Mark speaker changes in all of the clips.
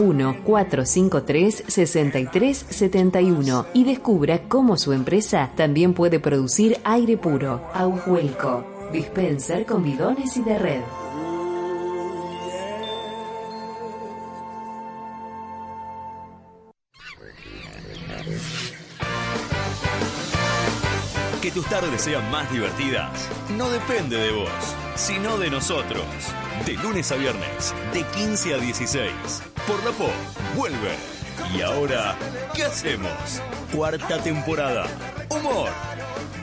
Speaker 1: 1-453-6371 y descubra cómo su empresa también puede producir aire puro. Aujuelco, dispenser con bidones y de red.
Speaker 2: Que tus tardes sean más divertidas no depende de vos, sino de nosotros. De lunes a viernes, de 15 a 16. Por la POP, vuelve. Y ahora, ¿qué hacemos? Cuarta temporada. Humor,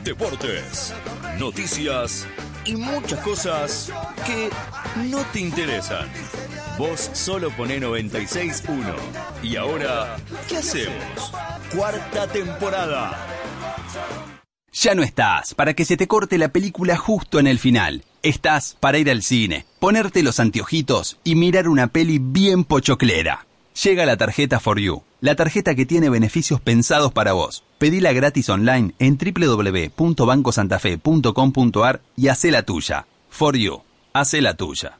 Speaker 2: deportes, noticias y muchas cosas que no te interesan. Vos solo poné 96.1. Y ahora, ¿qué hacemos? Cuarta temporada.
Speaker 3: Ya no estás para que se te corte la película justo en el final. Estás para ir al cine, ponerte los anteojitos y mirar una peli bien pochoclera. Llega la tarjeta For You, la tarjeta que tiene beneficios pensados para vos. Pedila gratis online en www.bancosantafe.com.ar y hacé la tuya. For You, hacé la tuya.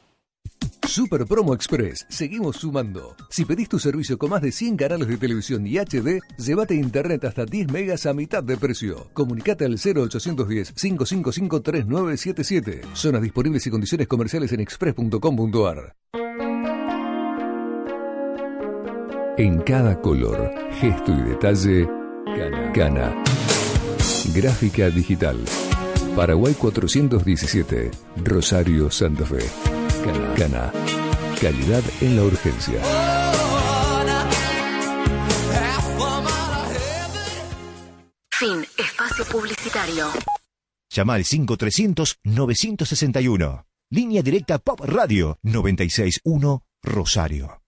Speaker 4: Super Promo Express, seguimos sumando. Si pedís tu servicio con más de 100 canales de televisión y HD, llévate internet hasta 10 megas a mitad de precio. Comunicate al 0810-555-3977. Zonas disponibles y condiciones comerciales en express.com.ar. En cada color, gesto y detalle, Cana. Cana. Gráfica digital. Paraguay 417, Rosario, Santa Fe. Cana. Cana. Calidad en la urgencia.
Speaker 1: Fin, espacio publicitario.
Speaker 5: Llama al 5300-961. Línea directa Pop Radio 961 Rosario.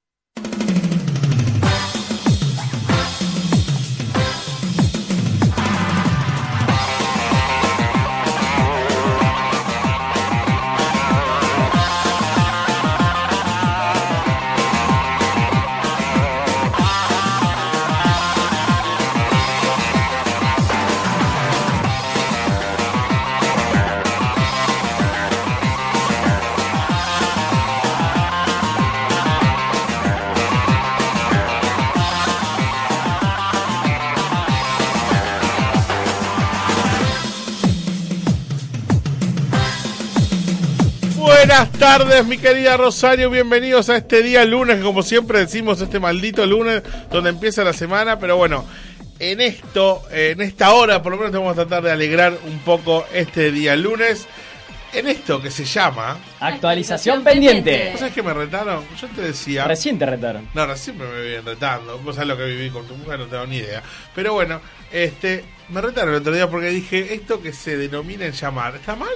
Speaker 6: Buenas tardes, mi querida Rosario. Bienvenidos a este día lunes, que como siempre decimos, este maldito lunes donde empieza la semana. Pero bueno, en esto, en esta hora, por lo menos vamos a tratar de alegrar un poco este día lunes. En esto que se llama.
Speaker 7: Actualización pendiente.
Speaker 6: ¿Vos sabés que me retaron? Yo te decía.
Speaker 7: Recién te retaron.
Speaker 6: No, ahora siempre me vienen retando. Vos sabés lo que viví con tu mujer, no tengo ni idea. Pero bueno, este, me retaron el otro día porque dije, esto que se denomina en llamar, ¿está mal?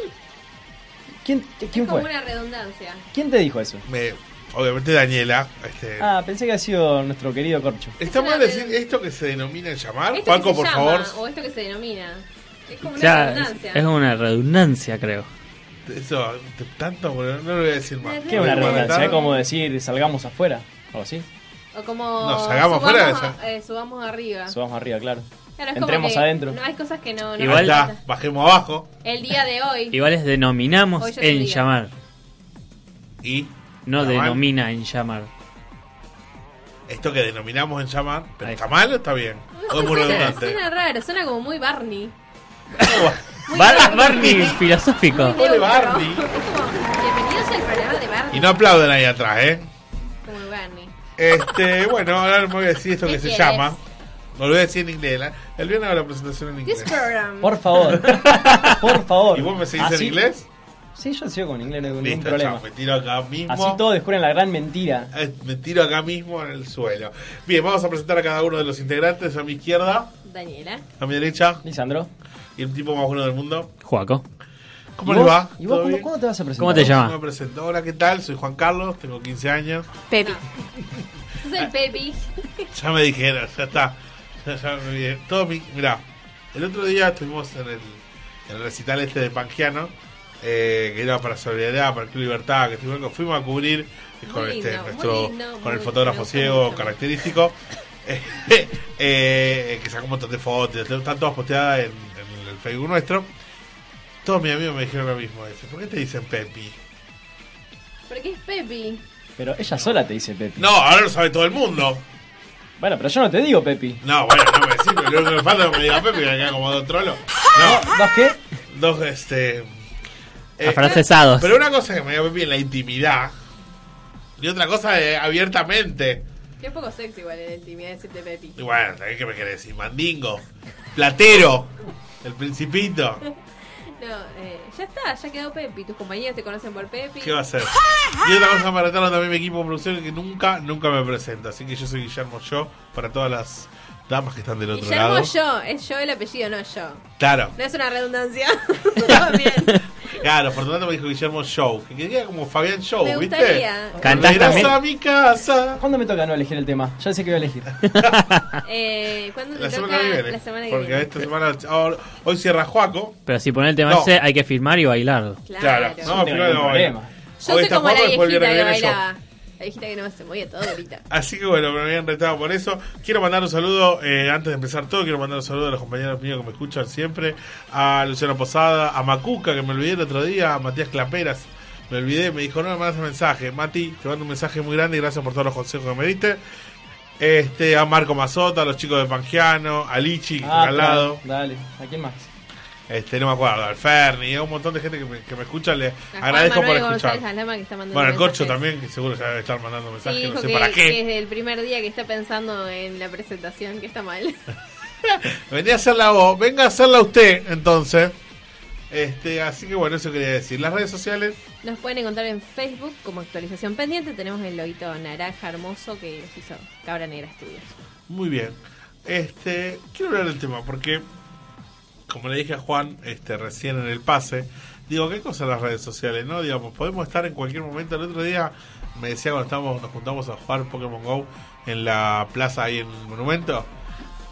Speaker 7: ¿Quién, quién
Speaker 8: Como
Speaker 7: fue?
Speaker 8: una redundancia.
Speaker 7: ¿Quién te dijo eso?
Speaker 6: Me, obviamente Daniela. Este,
Speaker 7: Ah, pensé que ha sido nuestro querido Corcho.
Speaker 6: ¿Está
Speaker 8: es
Speaker 6: mal
Speaker 8: una
Speaker 6: decir
Speaker 8: red-
Speaker 6: esto que se denomina en llamar?
Speaker 8: Esto que
Speaker 6: Paco,
Speaker 8: se
Speaker 6: por
Speaker 8: llama,
Speaker 6: favor.
Speaker 8: O esto que se denomina. Es como una
Speaker 9: Ya, es,
Speaker 8: redundancia.
Speaker 9: es una redundancia, creo.
Speaker 6: Eso, t- tanto, bueno, no lo voy a decir más.
Speaker 8: ¿Qué
Speaker 7: ¿Qué es una
Speaker 6: Voy a
Speaker 7: redundancia?
Speaker 6: comentar.
Speaker 7: Es como decir salgamos afuera. O así.
Speaker 8: O como.
Speaker 6: Nos hagamos fuera de
Speaker 8: subamos, a- eh, subamos arriba.
Speaker 7: Subamos arriba, claro.
Speaker 8: Claro, es como
Speaker 7: Entremos
Speaker 8: que
Speaker 7: adentro.
Speaker 8: No, hay cosas que no. no
Speaker 9: Igual-
Speaker 6: Ahí
Speaker 8: me
Speaker 6: está,
Speaker 8: gustan.
Speaker 6: bajemos abajo
Speaker 8: El día de hoy.
Speaker 9: Igual es denominamos
Speaker 8: Hoy yo te
Speaker 9: en
Speaker 8: digo.
Speaker 9: llamar,
Speaker 6: y
Speaker 8: eh,
Speaker 9: no
Speaker 6: Está mal.
Speaker 9: denomina en llamar.
Speaker 6: esto que denominamos en llamar, ¿pero
Speaker 9: Ahí
Speaker 6: está
Speaker 9: está.
Speaker 6: mal o está bien?
Speaker 8: No
Speaker 6: O es
Speaker 8: sé,
Speaker 6: muy
Speaker 8: suena,
Speaker 6: redundante.
Speaker 8: suena raro, suena como muy Barney. Muy
Speaker 9: Bar-
Speaker 8: Barney.
Speaker 9: Barney
Speaker 8: Muy
Speaker 9: filosófico.
Speaker 6: Pobre
Speaker 8: neutro.
Speaker 6: Barney.
Speaker 8: Es como, bienvenidos al programa de Barney.
Speaker 6: Y no aplauden ahí atrás, ¿eh?
Speaker 8: Como Barney.
Speaker 6: Este, bueno, ahora me voy a decir esto
Speaker 8: ¿Qué
Speaker 6: que se
Speaker 8: quieres?
Speaker 6: llama. No lo voy a decir en inglés. la- El viernes hago la presentación en
Speaker 8: This
Speaker 6: inglés.
Speaker 8: program.
Speaker 7: Por favor. Por favor.
Speaker 6: ¿Y vos me seguís en
Speaker 7: Así-
Speaker 6: inglés?
Speaker 7: Sí, yo sigo con inglés, no hay ningún
Speaker 6: Listo,
Speaker 7: problema.
Speaker 6: chao, me tiro acá
Speaker 7: Así
Speaker 6: mismo.
Speaker 7: todos descubren la gran mentira.
Speaker 6: Eh, Me tiro acá mismo en el suelo. Bien, vamos a presentar a cada uno de los integrantes. A mi izquierda,
Speaker 8: Daniela.
Speaker 6: a mi derecha
Speaker 7: Lisandro.
Speaker 6: y el tipo más bueno del mundo.
Speaker 9: Juaco.
Speaker 6: ¿Cómo
Speaker 7: ¿Y
Speaker 6: les
Speaker 7: vos?
Speaker 6: va?
Speaker 7: ¿Y vos
Speaker 6: ¿Todo
Speaker 7: cómo,
Speaker 6: bien?
Speaker 7: cómo te vas a presentar?
Speaker 9: ¿Cómo te
Speaker 7: vos?
Speaker 9: llamas?
Speaker 6: Me presento. Hola, ¿qué tal? Soy Juan Carlos, tengo 15 años.
Speaker 8: Pepi. Sos el Pepi.
Speaker 6: Ya me dijeron, ya está. Ya, ya me olvidé. Todo mi- mirá, el otro día estuvimos en el, en el recital este de Pangiano, eh, que era para Solidaridad, para el Club Libertad, que estuvimos- que fuimos a cubrir eh, con,
Speaker 8: Muy
Speaker 6: este,
Speaker 8: lindo, muy
Speaker 6: nuestro,
Speaker 8: lindo,
Speaker 6: con el
Speaker 8: muy- me
Speaker 6: fotógrafo
Speaker 8: gusta
Speaker 6: ciego
Speaker 8: mucho.
Speaker 6: característico, eh, eh, que sacó un montón de fotos, están todas posteadas en, en el Facebook nuestro. Todos mis amigos me dijeron lo mismo, dice, ¿por qué te dicen Pepi?
Speaker 8: ¿Por qué es Pepi?
Speaker 7: Pero ella sola te dice Pepi.
Speaker 6: No, ahora lo sabe todo el mundo.
Speaker 7: Bueno, pero yo no te digo Pepi.
Speaker 6: No, bueno, no me decís, pero lo único que falta es que me diga Pepe, que me queda como dos trolos. No,
Speaker 7: ¿Dos qué?
Speaker 6: dos, este. eh,
Speaker 9: Afrancesados.
Speaker 6: Pero una cosa es que me diga Pepe en la intimidad y otra cosa es abiertamente.
Speaker 8: Qué poco sexy igual en la intimidad decirte Pepi.
Speaker 6: Y bueno, ¿sabés qué me querés decir? Mandingo, Platero, El Principito.
Speaker 8: No, eh, ya está, ya quedó Pepi. Tus compañeros te conocen por Pepi.
Speaker 6: ¿Qué va a ser? Y otra cosa para tratar también mi equipo de producción que nunca, nunca me presenta. Así que yo soy Guillermo Yo para todas las damas que están del otro
Speaker 8: Guillermo
Speaker 6: lado.
Speaker 8: yo, es yo el apellido, no yo.
Speaker 6: Claro.
Speaker 8: No es una redundancia. También.
Speaker 6: Claro, por lo tanto me dijo Guillermo Show, que quería como Fabián Show,
Speaker 8: Me
Speaker 6: ¿viste?
Speaker 8: gustaría.
Speaker 9: Cantás
Speaker 6: Volverás
Speaker 9: también.
Speaker 6: a mi casa.
Speaker 7: ¿Cuándo me toca no elegir el tema? Ya sé que voy a elegir.
Speaker 8: Eh, ¿Cuándo te
Speaker 6: La semana
Speaker 8: toca?
Speaker 6: que viene.
Speaker 8: La semana que
Speaker 6: Porque
Speaker 8: viene.
Speaker 6: esta semana ahora- hoy cierra Juaco.
Speaker 9: Pero si pones el tema
Speaker 6: No.
Speaker 9: ese, hay que firmar y bailar.
Speaker 8: Claro.
Speaker 6: No, al final no
Speaker 7: ningún
Speaker 6: baila.
Speaker 7: problema.
Speaker 8: Yo
Speaker 6: Hoy
Speaker 8: soy
Speaker 6: está
Speaker 8: como la
Speaker 6: Juaco, después el
Speaker 8: viejita
Speaker 6: viernes
Speaker 8: que
Speaker 6: que viene yo.
Speaker 8: bailaba. La viejita que no se movía todo ahorita.
Speaker 6: Así que bueno, me habían retado por eso. Quiero mandar un saludo, eh, antes de empezar todo, quiero mandar un saludo a los compañeros míos que me escuchan siempre. A Luciano Posada, a Macuca, que me olvidé el otro día, a Matías Claperas. Me olvidé, me dijo, no me mandas un mensaje. Mati, te mando un mensaje muy grande y gracias por todos los consejos que me diste. Este, a Marco Mazota, a los chicos de Pangiano, a Lichi, que está
Speaker 7: Ah,
Speaker 6: al lado.
Speaker 7: Dale, ¿a quién más?
Speaker 6: Este, no me acuerdo, al Ferni, a un montón de gente que me, que me escucha, le
Speaker 8: A Juan
Speaker 6: agradezco por
Speaker 8: Manuel González
Speaker 6: escuchar.
Speaker 8: Alama que está mandando
Speaker 6: Bueno, el
Speaker 8: mensajes.
Speaker 6: Corcho también, que seguro ya debe estar mandando mensajes,
Speaker 8: Sí, dijo
Speaker 6: no sé
Speaker 8: que,
Speaker 6: para
Speaker 8: que
Speaker 6: qué.
Speaker 8: desde el primer día que está pensando en la presentación, que está mal.
Speaker 6: Venía a hacerla vos, venga a hacerla usted, entonces. Este, así que bueno, eso quería decir. Las redes sociales,
Speaker 8: Nos pueden encontrar en Facebook como actualización pendiente. Tenemos el loguito naranja hermoso que nos hizo Cabra Negra Studios.
Speaker 6: muy bien. Este, quiero hablar del tema, porque, como le dije a Juan, este, recién en el pase, digo, qué cosa las redes sociales, ¿no? Digamos, podemos estar en cualquier momento. El otro día me decía cuando estábamos, nos juntamos a jugar Pokémon GO en la plaza ahí en el monumento.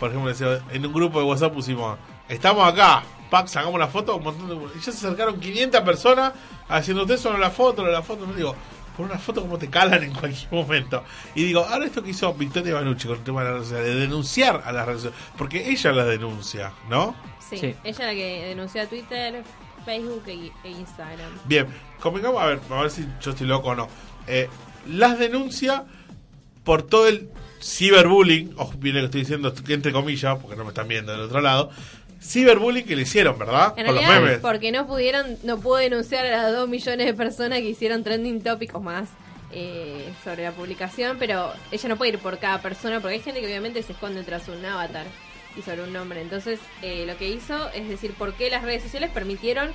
Speaker 6: por ejemplo, decía, en un grupo de WhatsApp pusimos, estamos acá, pac, sacamos la foto, un montón de... Y ya se acercaron 500 personas haciendo ustedes solo la foto, solo la foto, no digo, por una foto como te calan en cualquier momento. Y digo, ahora esto que hizo Victoria Banucci con el tema de las redes sociales, de denunciar a las redes sociales, porque ella las denuncia, ¿no?
Speaker 8: Sí,
Speaker 9: Sí.
Speaker 8: ella la que denunció a Twitter, Facebook e, e Instagram.
Speaker 6: Bien, convengamos, a ver, a ver si yo estoy loco o no. Eh, las denuncia por todo el ciberbullying, ojo, mire que estoy diciendo entre comillas, porque no me están viendo del otro lado, ciberbullying que le hicieron, ¿verdad?
Speaker 8: En
Speaker 6: por los
Speaker 8: realidad,
Speaker 6: memes.
Speaker 8: porque no pudieron, no pudo denunciar a las dos millones de personas que hicieron trending topic o más eh, sobre la publicación, pero ella no puede ir por cada persona porque hay gente que obviamente se esconde tras un avatar y sobre un nombre. Entonces, eh, lo que hizo es decir por qué las redes sociales permitieron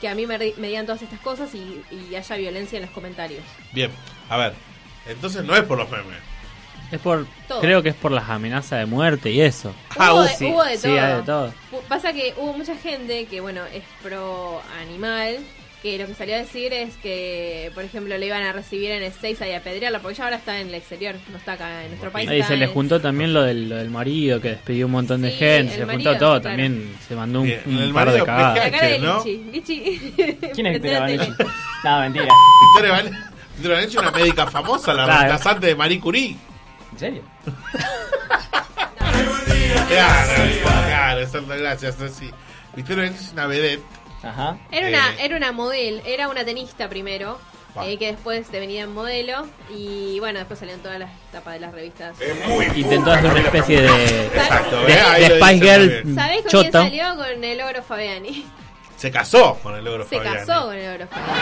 Speaker 8: que a mí me, re- me digan todas estas cosas y, y haya violencia en los comentarios.
Speaker 6: Bien, a ver, entonces no es por los memes.
Speaker 9: Es por,
Speaker 8: Todo.
Speaker 9: creo que es por las amenazas de muerte y eso.
Speaker 6: Ah,
Speaker 8: hubo,
Speaker 6: uh,
Speaker 8: de,
Speaker 9: sí,
Speaker 8: hubo de
Speaker 9: sí,
Speaker 8: todo.
Speaker 9: hay de todo.
Speaker 8: Hu- Pasa que hubo mucha gente que, bueno, es pro animal, que lo que salió a decir es que, por ejemplo, le iban a recibir en Ezeiza y a apedrearla, porque ya ahora está en el exterior, no está acá en nuestro país.
Speaker 9: Ahí
Speaker 8: está
Speaker 9: se le
Speaker 8: en-
Speaker 9: juntó también lo del, lo del marido que despidió un montón de
Speaker 8: Sí,
Speaker 9: gente, se le
Speaker 8: el marido,
Speaker 9: juntó todo,
Speaker 8: claro.
Speaker 9: también se mandó un,
Speaker 6: Bien,
Speaker 9: un
Speaker 6: el
Speaker 9: par de
Speaker 6: marido
Speaker 8: La
Speaker 9: cagadas.
Speaker 6: pesca-
Speaker 8: cara de
Speaker 6: ¿no?
Speaker 8: Lichi. Lichi.
Speaker 7: ¿Quién es Victoria
Speaker 8: Prendete.
Speaker 7: Banucci? No, mentira.
Speaker 6: Victoria Van- Victoria Van es una médica famosa, la
Speaker 9: Claro.
Speaker 6: reemplazante de Marie Curie.
Speaker 7: ¿En serio?
Speaker 6: Claro, claro, exacto, gracias, sí. Victoria Van es una vedette.
Speaker 7: Ajá.
Speaker 8: Era una,
Speaker 6: Eh.
Speaker 8: era una modelo, era una tenista primero,
Speaker 6: Va.
Speaker 8: eh, que después devenía modelo, y bueno, después salieron todas las tapas de las revistas.
Speaker 6: Eh,
Speaker 9: Intentó hacer una especie de,
Speaker 6: Exacto,
Speaker 9: de,
Speaker 6: ¿eh? Ahí
Speaker 9: de
Speaker 6: lo
Speaker 9: Spice
Speaker 6: dice
Speaker 9: Girl
Speaker 6: también.
Speaker 8: ¿Sabés con
Speaker 9: chota.
Speaker 8: quién salió? Con el ogro Fabiani.
Speaker 6: Se casó con el logro
Speaker 8: Se casó con el ogro Fabiani.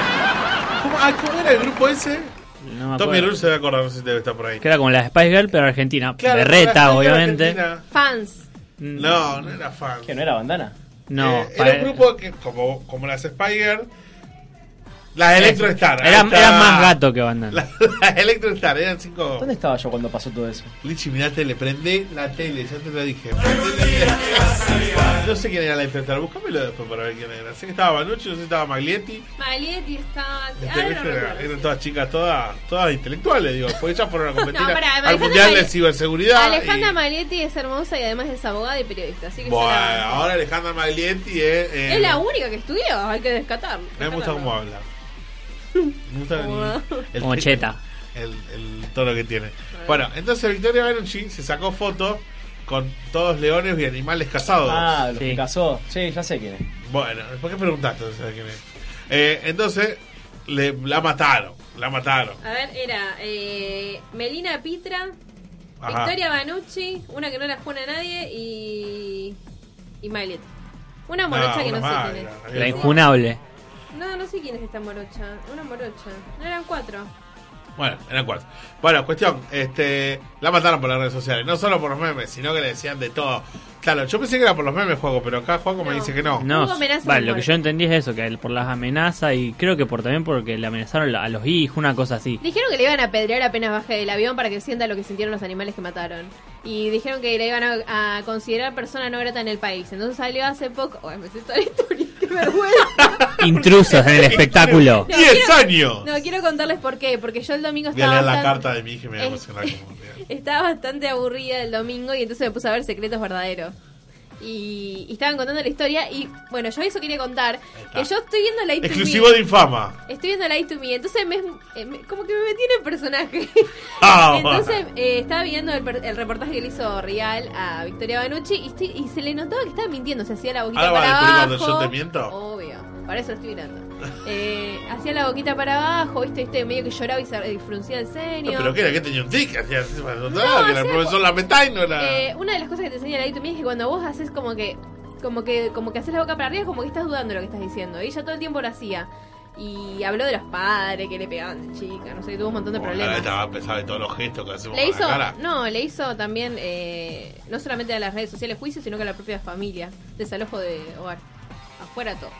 Speaker 6: ¿Cómo, ah, ¿cómo era el grupo ese?
Speaker 9: No me
Speaker 6: Tommy
Speaker 9: acuerdo.
Speaker 6: Rull se debe acordar, no sé si debe estar por ahí.
Speaker 9: Que era como la Spice Girl, pero argentina.
Speaker 6: Claro,
Speaker 9: Berreta,
Speaker 6: con la gente
Speaker 9: obviamente. Mm.
Speaker 6: argentina.
Speaker 8: Fans.
Speaker 6: No, no era fan.
Speaker 7: Que no era bandana.
Speaker 9: No,
Speaker 6: Eh,
Speaker 9: para-
Speaker 6: era un grupo que, como, como las Spiger, Las de Electro Star. ahí
Speaker 9: Era,
Speaker 6: está.
Speaker 9: era más gato que Van Damme.
Speaker 6: Las las de Electro Star, eran cinco.
Speaker 7: ¿Dónde estaba yo cuando pasó todo eso?
Speaker 6: Lichi, mirá tele, prende la tele, ya te lo dije. Prende la tele. No sé quién era la intentar, buscámelo después para ver quién era. Sé que estaba Banucci, no sé si estaba Maglietti.
Speaker 8: Maletti estaba. Ah,
Speaker 6: Este,
Speaker 8: no
Speaker 6: ¿viste?
Speaker 8: recuerdo.
Speaker 6: eran todas chicas, todas, todas intelectuales, digo, porque ellas fueron a competir
Speaker 8: No, pará,
Speaker 6: al
Speaker 8: Alejandra
Speaker 6: Mundial de
Speaker 8: Maglie-
Speaker 6: Ciberseguridad.
Speaker 8: Alejandra
Speaker 6: y-
Speaker 8: Maletti es hermosa y además es abogada y periodista. Así que
Speaker 6: Bueno,
Speaker 8: ya la-
Speaker 6: ahora Alejandra Maglietti es. eh,
Speaker 8: es la única que estudió, hay que descatar.
Speaker 6: Me gusta cómo habla. Me gusta el- el,
Speaker 9: Como cheta.
Speaker 6: El, el tono que tiene. Bueno, entonces Victoria Benucci se sacó fotos con todos leones y animales cazados.
Speaker 7: Ah, los
Speaker 9: Sí.
Speaker 7: que casó. Sí, ya sé quién es.
Speaker 6: Bueno, ¿por qué preguntaste? O sea, quién es? Eh, entonces, le, la mataron. La mataron.
Speaker 8: A ver, era eh, Melina Pitra,
Speaker 6: Ajá.
Speaker 8: Victoria Banucci, una que no la juna a nadie y. y Maletti. Una morocha que
Speaker 6: Ah, una
Speaker 8: no
Speaker 6: más,
Speaker 8: sé quién es.
Speaker 6: era-
Speaker 9: La
Speaker 6: había otra
Speaker 9: injunable.
Speaker 8: No, no sé quién es esta morocha. Una morocha. No eran cuatro.
Speaker 6: más. Bueno, eran cuatro. Bueno, cuestión, este, la mataron por las redes sociales, no solo por los memes, sino que le decían de todo. Claro, yo pensé que era por los memes, Juaco, pero acá Juaco me
Speaker 8: No.
Speaker 6: dice que no.
Speaker 9: No,
Speaker 8: Hubo amenazas de
Speaker 9: vale, lo que
Speaker 8: muerte.
Speaker 9: yo entendí es eso, que él por las amenazas y creo que por también porque le amenazaron a los hijos, una cosa así.
Speaker 8: Dijeron que le iban a apedrear apenas baje del avión para que sienta lo que sintieron los animales que mataron. Y dijeron que la iban a, a considerar persona no grata en el país. Entonces salió hace poco. Ay, me sé toda la historia, qué vergüenza.
Speaker 9: Intrusos en el espectáculo.
Speaker 8: No,
Speaker 6: ¡Diez
Speaker 8: quiero-
Speaker 6: años!
Speaker 8: No, quiero contarles por qué. Porque yo el domingo
Speaker 6: Voy a
Speaker 8: estaba.
Speaker 6: leer la
Speaker 8: bastante-
Speaker 6: carta de mi hija y me voy a emocionar como un día.
Speaker 8: Estaba bastante aburrida el domingo y entonces me puse a ver Secretos Verdaderos. Y, y estaban contando la historia y bueno, yo eso quería contar.
Speaker 6: está.
Speaker 8: Que yo estoy viendo la ITV.
Speaker 6: Exclusivo de Infama.
Speaker 8: Estoy viendo Light to Me, entonces me, eh, me- como que me metí en el personaje.
Speaker 6: Ah,
Speaker 8: entonces eh, estaba viendo el, per- el reportaje que le hizo Rial a Victoria Banucci y, estoy- y se le notaba que estaba mintiendo, se hacía la boquita
Speaker 6: Ahora vas a
Speaker 8: para
Speaker 6: descubrir
Speaker 8: abajo.
Speaker 6: cuando yo te miento.
Speaker 8: Obvio, para eso lo estoy mirando. Eh, hacía la boquita para abajo, viste, viste, medio que lloraba y se y fruncía el
Speaker 6: No,
Speaker 8: ceño.
Speaker 6: pero que era que tenía un ticket, hacía así para notar,
Speaker 8: No,
Speaker 6: que era
Speaker 8: o
Speaker 6: el
Speaker 8: sea,
Speaker 6: profesor Lamentá y no era.
Speaker 8: Eh, una de las cosas que te enseña la Light to Me es que cuando vos haces como que como que como que haces la boca para arriba como que estás dudando de lo que estás diciendo y ella todo el tiempo lo hacía y habló de los padres que le pegaban de chica no sé tuvo un montón de
Speaker 6: Ojalá
Speaker 8: problemas
Speaker 6: estaba pesado de Ah, todos los gestos que hacemos
Speaker 8: le
Speaker 6: con la
Speaker 8: hizo
Speaker 6: cara.
Speaker 8: no le hizo también eh, no solamente a las redes sociales juicio sino que a la propia familia desalojo de hogar afuera todo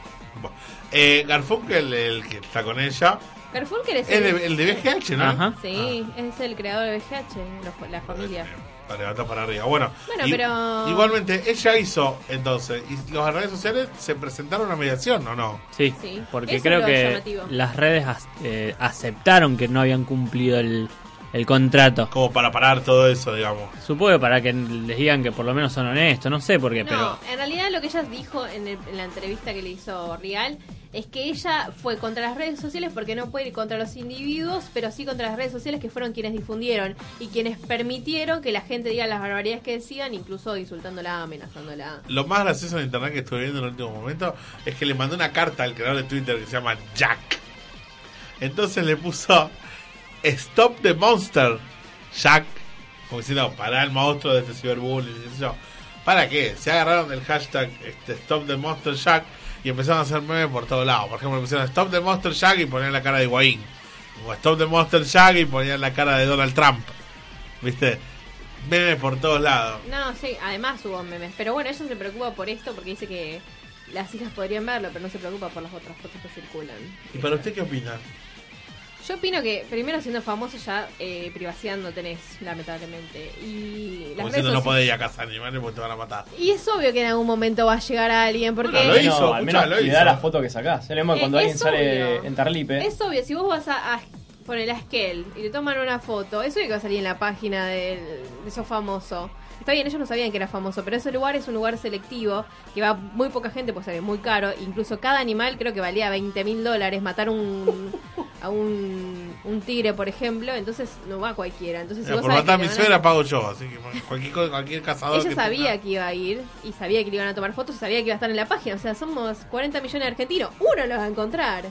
Speaker 6: Eh, Garfunkel, el que está con ella,
Speaker 8: Garfunkel es
Speaker 6: es de- Ah. el de BGH, ¿no?
Speaker 9: Ajá.
Speaker 8: sí es el creador de BGH los- la familia
Speaker 6: La levanta para arriba. Bueno,
Speaker 8: Bueno,
Speaker 6: i-
Speaker 8: pero-
Speaker 6: igualmente, ella hizo entonces, y las redes sociales se presentaron a mediación, ¿o no?
Speaker 9: Sí,
Speaker 8: Sí, eso
Speaker 9: porque
Speaker 8: es
Speaker 9: creo
Speaker 8: lo
Speaker 9: que
Speaker 8: llamativo.
Speaker 9: las redes as- eh, aceptaron que no habían cumplido el, el contrato.
Speaker 6: Como para parar todo eso, digamos.
Speaker 9: Supongo que para que les digan que por lo menos son honestos, no sé por qué,
Speaker 8: No,
Speaker 9: pero...
Speaker 8: en realidad lo que ella dijo en, el- en la entrevista que le hizo Rial es que ella fue contra las redes sociales porque no puede ir contra los individuos, pero sí contra las redes sociales que fueron quienes difundieron y quienes permitieron que la gente diga las barbaridades que decían, incluso insultándola, amenazándola.
Speaker 6: Lo más gracioso en internet que estuve viendo en el último momento es que le mandó una carta al creador de Twitter que se llama Jack. Entonces le puso Stop the Monster, Jack. Como diciendo, pará el monstruo de este ciberbullying. y qué sé yo. ¿Para qué? Se agarraron del hashtag este, Stop the Monster Jack y empezaron a hacer memes por todos lados. Por ejemplo, pusieron Stop the Monster Jack y ponían la cara de Higuaín. O Stop the Monster Jack y ponían la cara de Donald Trump. ¿Viste? Memes por todos lados.
Speaker 8: No, sí, además hubo memes. Pero bueno, ella se preocupa por esto porque dice que las hijas podrían verlo, pero no se preocupa por las otras fotos que circulan.
Speaker 6: ¿Y para usted qué opina?
Speaker 8: Yo opino que primero siendo famoso ya eh, privacidad no tenés, lamentablemente. Y las redes
Speaker 6: Como diciendo, no
Speaker 8: sociales-
Speaker 6: podés ir a casa de animales porque te van a matar.
Speaker 8: Y es obvio que en algún momento va a llegar a alguien, porque
Speaker 6: Bueno, lo hizo,
Speaker 7: No, al
Speaker 6: escuchá,
Speaker 7: menos
Speaker 6: lo
Speaker 7: le
Speaker 6: hizo.
Speaker 7: da la foto que sacás. Es lo mismo
Speaker 8: Eh,
Speaker 7: cuando
Speaker 8: es
Speaker 7: alguien sale
Speaker 8: obvio.
Speaker 7: en Tarlipe.
Speaker 8: es obvio, si vos vas a, a poner a Skell y le toman una foto, eso que va a salir en la página del- de esos famosos. Está bien, ellos no sabían que era famoso, pero ese lugar es un lugar selectivo, que va muy poca gente, pues sale muy caro. Incluso cada animal creo que valía 20 mil dólares matar un, a un, un tigre, por ejemplo, entonces no va cualquiera. Entonces, si
Speaker 6: Mira,
Speaker 8: vos
Speaker 6: por
Speaker 8: sabés
Speaker 6: matar a
Speaker 8: que
Speaker 6: mi
Speaker 8: te van a-
Speaker 6: suegra pago yo, así que cualquier, co- cualquier cazador.
Speaker 8: Ella
Speaker 6: que
Speaker 8: sabía
Speaker 6: tenga-
Speaker 8: que iba a ir y sabía que le iban a tomar fotos y sabía que iba a estar en la página. O sea, somos 40 millones de argentinos. Uno los va a encontrar.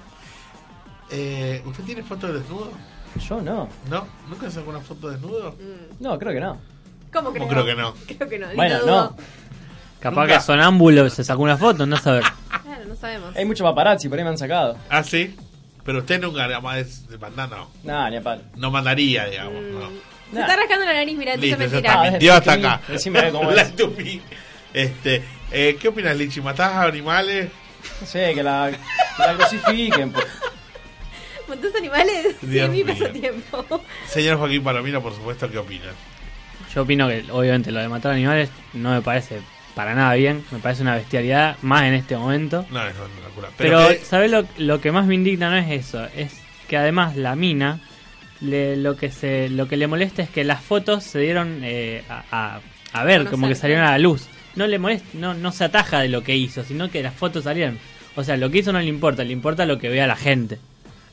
Speaker 6: Eh, ¿Usted tiene fotos de desnudo?
Speaker 7: Yo no.
Speaker 6: ¿No? ¿Nunca sacó una foto de desnudo?
Speaker 7: No, creo que no.
Speaker 8: ¿Cómo creo?
Speaker 6: No creo que no.
Speaker 8: Creo que no. ni
Speaker 7: Bueno,
Speaker 8: lo dudo.
Speaker 9: Capaz
Speaker 6: Nunca.
Speaker 9: que Sonámbulo se sacó una foto, no saber.
Speaker 8: Claro, no sabemos.
Speaker 7: Hay muchos paparazzi, por ahí me han sacado.
Speaker 6: Ah, sí. Pero usted nunca, además, es de mandar, no.
Speaker 7: Nah, ni a palo.
Speaker 6: No mandaría, digamos.
Speaker 8: Mm.
Speaker 6: No.
Speaker 8: Se
Speaker 7: Nah.
Speaker 8: está rascando la nariz, mira, entonces
Speaker 6: Listo, ya
Speaker 8: mentira.
Speaker 6: está.
Speaker 7: Ah, es
Speaker 6: Mintió hasta
Speaker 7: que mi-
Speaker 6: acá.
Speaker 7: decime a ver cómo
Speaker 6: La
Speaker 7: es.
Speaker 6: tupí. Este, eh, ¿Qué opinas, Lichi? ¿Matás a animales?
Speaker 7: No sé, que la, que la crucifiquen. pues.
Speaker 8: ¿Montás animales? Sí,
Speaker 6: Dios
Speaker 8: es mi
Speaker 6: mío.
Speaker 8: pasatiempo.
Speaker 6: Señor Joaquín Palomino, por supuesto, ¿qué opina?
Speaker 9: Yo opino que obviamente lo de matar animales no me parece para nada bien, me parece una bestialidad, más en este momento.
Speaker 6: No, es una locura. Pero,
Speaker 9: Pero,
Speaker 6: que-
Speaker 9: ¿sabés lo, lo que más me indigna no es eso? Es que además la mina, le- lo, que se, lo que le molesta es que las fotos se dieron eh, a, a- a ver,
Speaker 8: Conocer,
Speaker 9: como que salieron a
Speaker 8: claro.
Speaker 9: la luz. No le molesta, no, no se ataja de lo que hizo, sino que las fotos salieron. O sea, lo que hizo no le importa, le importa lo que vea la gente.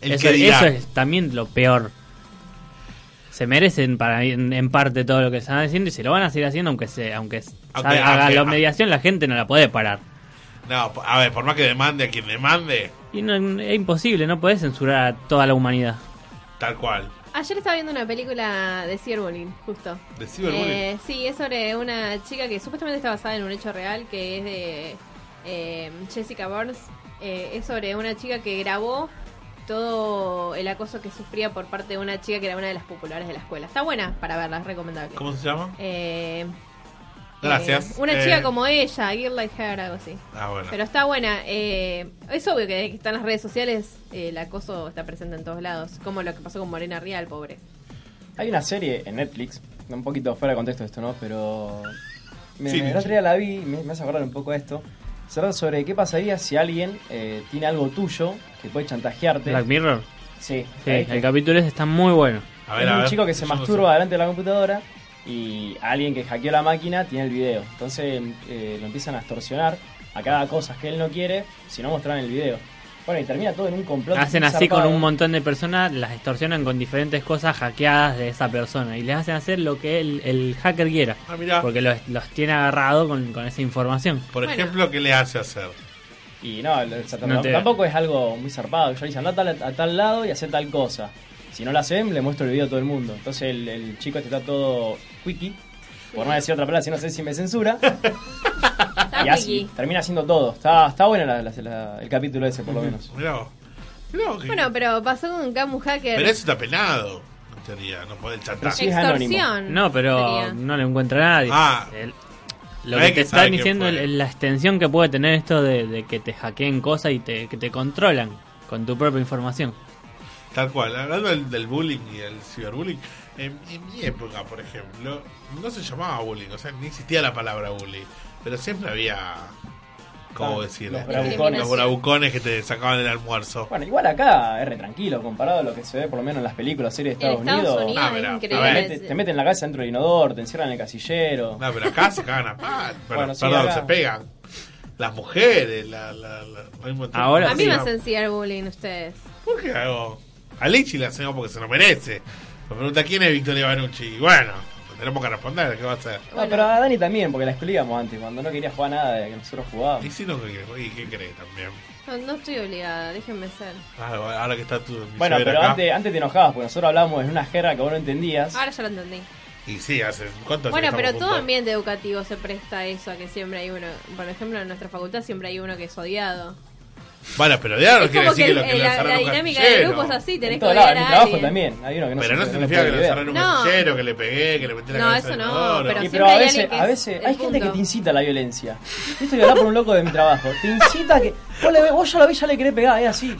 Speaker 6: El
Speaker 9: eso,
Speaker 6: que dirá.
Speaker 9: eso es también lo peor. Se merecen para mí, en, en parte todo lo que están haciendo y se lo van a seguir haciendo aunque se, aunque,
Speaker 6: Aunque-
Speaker 9: sabe- haga
Speaker 6: aunque-
Speaker 9: la mediación la gente no la puede parar.
Speaker 6: No, a ver, por más que demande a quien demande,
Speaker 9: Y no- es imposible, no podés censurar a toda la humanidad.
Speaker 6: tal cual.
Speaker 8: Ayer estaba viendo una película de cyberbullying, justo.
Speaker 6: De ciberbullying.
Speaker 8: Eh, sí, es sobre una chica que supuestamente está basada en un hecho real, que es de eh, Jessica Burns. Eh, es sobre una chica que grabó todo el acoso que sufría por parte de una chica que era una de las populares de la escuela. Está buena para verla, es recomendable.
Speaker 6: ¿Cómo se llama?
Speaker 8: Eh,
Speaker 6: Gracias.
Speaker 8: eh, una
Speaker 6: Eh,
Speaker 8: chica como ella, Gear Like Her, algo así.
Speaker 6: Ah, bueno.
Speaker 8: Pero está buena. eh, es obvio que, que están las redes sociales, eh, el acoso está presente en todos lados. Como lo que pasó con Morena Real, pobre.
Speaker 7: Hay una serie en Netflix, un poquito fuera de contexto esto, ¿no? Pero. Me,
Speaker 6: Sí,
Speaker 7: me- el
Speaker 6: Nacho.
Speaker 7: otro día la vi, me, me hace acordar un poco a esto. Se trata sobre qué pasaría si alguien eh, tiene algo tuyo que puede chantajearte.
Speaker 9: Black Mirror.
Speaker 7: Sí,
Speaker 9: Sí,
Speaker 7: ahí
Speaker 9: el capítulo ese está muy bueno.
Speaker 6: a ver,
Speaker 7: es
Speaker 6: a
Speaker 7: un
Speaker 6: ver.
Speaker 7: chico que se
Speaker 6: Yo no
Speaker 7: masturba
Speaker 6: sé.
Speaker 7: delante de la computadora y alguien que hackeó la máquina tiene el video. Entonces eh, lo empiezan a extorsionar a cada cosa que él no quiere, si no mostran el video. Bueno, y termina todo en un complot.
Speaker 9: Hacen así
Speaker 7: zarpado.
Speaker 9: con un montón de personas, las extorsionan con diferentes cosas hackeadas de esa persona y les hacen hacer lo que el, el hacker quiera.
Speaker 6: Ah, mirá.
Speaker 9: Porque los, los tiene agarrado con, con esa información.
Speaker 6: Por
Speaker 8: Bueno.
Speaker 6: ejemplo, ¿qué le hace hacer?
Speaker 7: Y no, el- el satán-
Speaker 9: No te-
Speaker 7: tampoco es algo muy zarpado. Yo dicen, anda a tal, a tal lado y hace tal cosa. Si no la hacen, le muestro el video a todo el mundo. Entonces el, el chico este está todo wiki, por no decir otra palabra, si no sé si me censura.
Speaker 8: Está
Speaker 7: y así
Speaker 8: wiki.
Speaker 7: termina haciendo todo. Está, está bueno la- la- la- el capítulo ese, por lo menos.
Speaker 6: Mirá vos. Mirá vos que-
Speaker 8: Bueno, eh. pero pasó con Camu Hacker.
Speaker 6: Pero eso está penado, en teoría. No puede chantar.
Speaker 7: sí es anónimo.
Speaker 8: Extorsión.
Speaker 9: No, pero
Speaker 8: sería.
Speaker 9: no le encuentra nadie.
Speaker 6: Ah.
Speaker 9: El- lo
Speaker 6: No
Speaker 9: que
Speaker 6: hay
Speaker 9: te
Speaker 6: que
Speaker 9: están
Speaker 6: saber quién
Speaker 9: diciendo
Speaker 6: fue.
Speaker 9: es la extensión que puede tener esto de, de que te hackeen cosas y te, que te controlan con tu propia información.
Speaker 6: Tal cual. Hablando del, del bullying y del ciberbullying, en, en mi época, por ejemplo, no se llamaba bullying, o sea, ni existía la palabra bullying. Pero siempre había. ¿Cómo
Speaker 7: Ah,
Speaker 6: decirlo?
Speaker 7: los
Speaker 8: bravucones.
Speaker 6: Los bravucones que te sacaban del almuerzo.
Speaker 7: Bueno, igual acá es re tranquilo comparado a lo que se ve por lo menos en las películas, series de
Speaker 8: En
Speaker 7: Estados, Unidos.
Speaker 6: Unidos,
Speaker 8: es
Speaker 6: Ah,
Speaker 7: Te,
Speaker 6: a
Speaker 8: increíble.
Speaker 6: ver.
Speaker 7: meten- te meten la cabeza dentro del inodoro, te encierran en el casillero.
Speaker 6: No, pero acá se cagan a pal. Pero,
Speaker 7: Bueno, sí,
Speaker 6: perdón,
Speaker 7: acá.
Speaker 6: se pegan. Las mujeres, la, la, la- hay un montón de
Speaker 9: Ahora
Speaker 8: A
Speaker 6: cosas.
Speaker 8: mí
Speaker 9: sí.
Speaker 8: me hacen cyberbullying ustedes.
Speaker 6: ¿Por qué hago? A Lichi la hacemos porque se lo merece. Me pregunta quién es Victoria Banucci. Y bueno, tenemos que responder. ¿Qué va a hacer?
Speaker 7: No,
Speaker 8: Bueno.
Speaker 7: pero a Dani también, porque la excluíamos antes, cuando no quería jugar nada de que nosotros
Speaker 6: Y
Speaker 7: jugábamos.
Speaker 6: si no, ¿qué, y qué crees también?
Speaker 8: No, no estoy obligada, déjenme ser.
Speaker 6: Ah, ahora que está tu. mi
Speaker 7: Bueno,
Speaker 6: suegra
Speaker 7: pero
Speaker 6: acá.
Speaker 7: antes, antes te enojabas, porque nosotros hablábamos en una jerga que vos no entendías.
Speaker 8: Ahora ya lo entendí.
Speaker 6: Y sí, hace. ¿Cuánto hace
Speaker 8: Bueno,
Speaker 6: que
Speaker 8: pero
Speaker 6: estamos
Speaker 8: todo
Speaker 6: juntos?
Speaker 8: ambiente educativo se presta a eso, a que siempre hay uno. Por ejemplo, en nuestra facultad siempre hay uno que es odiado.
Speaker 6: Bueno, pero de ahora no
Speaker 8: es
Speaker 6: quiere
Speaker 8: como
Speaker 6: decir
Speaker 8: que
Speaker 6: que, lo
Speaker 8: el-
Speaker 6: que
Speaker 8: la,
Speaker 6: lanzaron
Speaker 8: la
Speaker 6: un
Speaker 8: dinámica de
Speaker 6: casillero.
Speaker 8: grupo es así, tenés
Speaker 7: en
Speaker 8: que
Speaker 7: todos lados,
Speaker 8: odiar
Speaker 7: en mi
Speaker 8: a
Speaker 7: trabajo
Speaker 8: alguien.
Speaker 7: también. Hay uno que no
Speaker 6: Pero
Speaker 7: se-
Speaker 6: no
Speaker 7: no
Speaker 6: significa
Speaker 7: puede
Speaker 6: que
Speaker 7: ni ver.
Speaker 6: lanzaron un
Speaker 8: No.
Speaker 6: casillero, que le pegué, que le metí la
Speaker 8: No,
Speaker 6: cabeza
Speaker 8: eso
Speaker 6: en el
Speaker 8: no, pero
Speaker 6: inodoro.
Speaker 7: Y,
Speaker 8: sí.
Speaker 7: pero a
Speaker 8: siempre hay
Speaker 7: veces,
Speaker 8: alguien que
Speaker 7: a
Speaker 8: es
Speaker 7: veces
Speaker 8: el
Speaker 7: hay gente que
Speaker 8: punto.
Speaker 7: te incita a la violencia. Esto yo por un loco de mi trabajo. Te incita a que. Vos, le, ve- vos ya lo ves, ya le querés pegar, es así.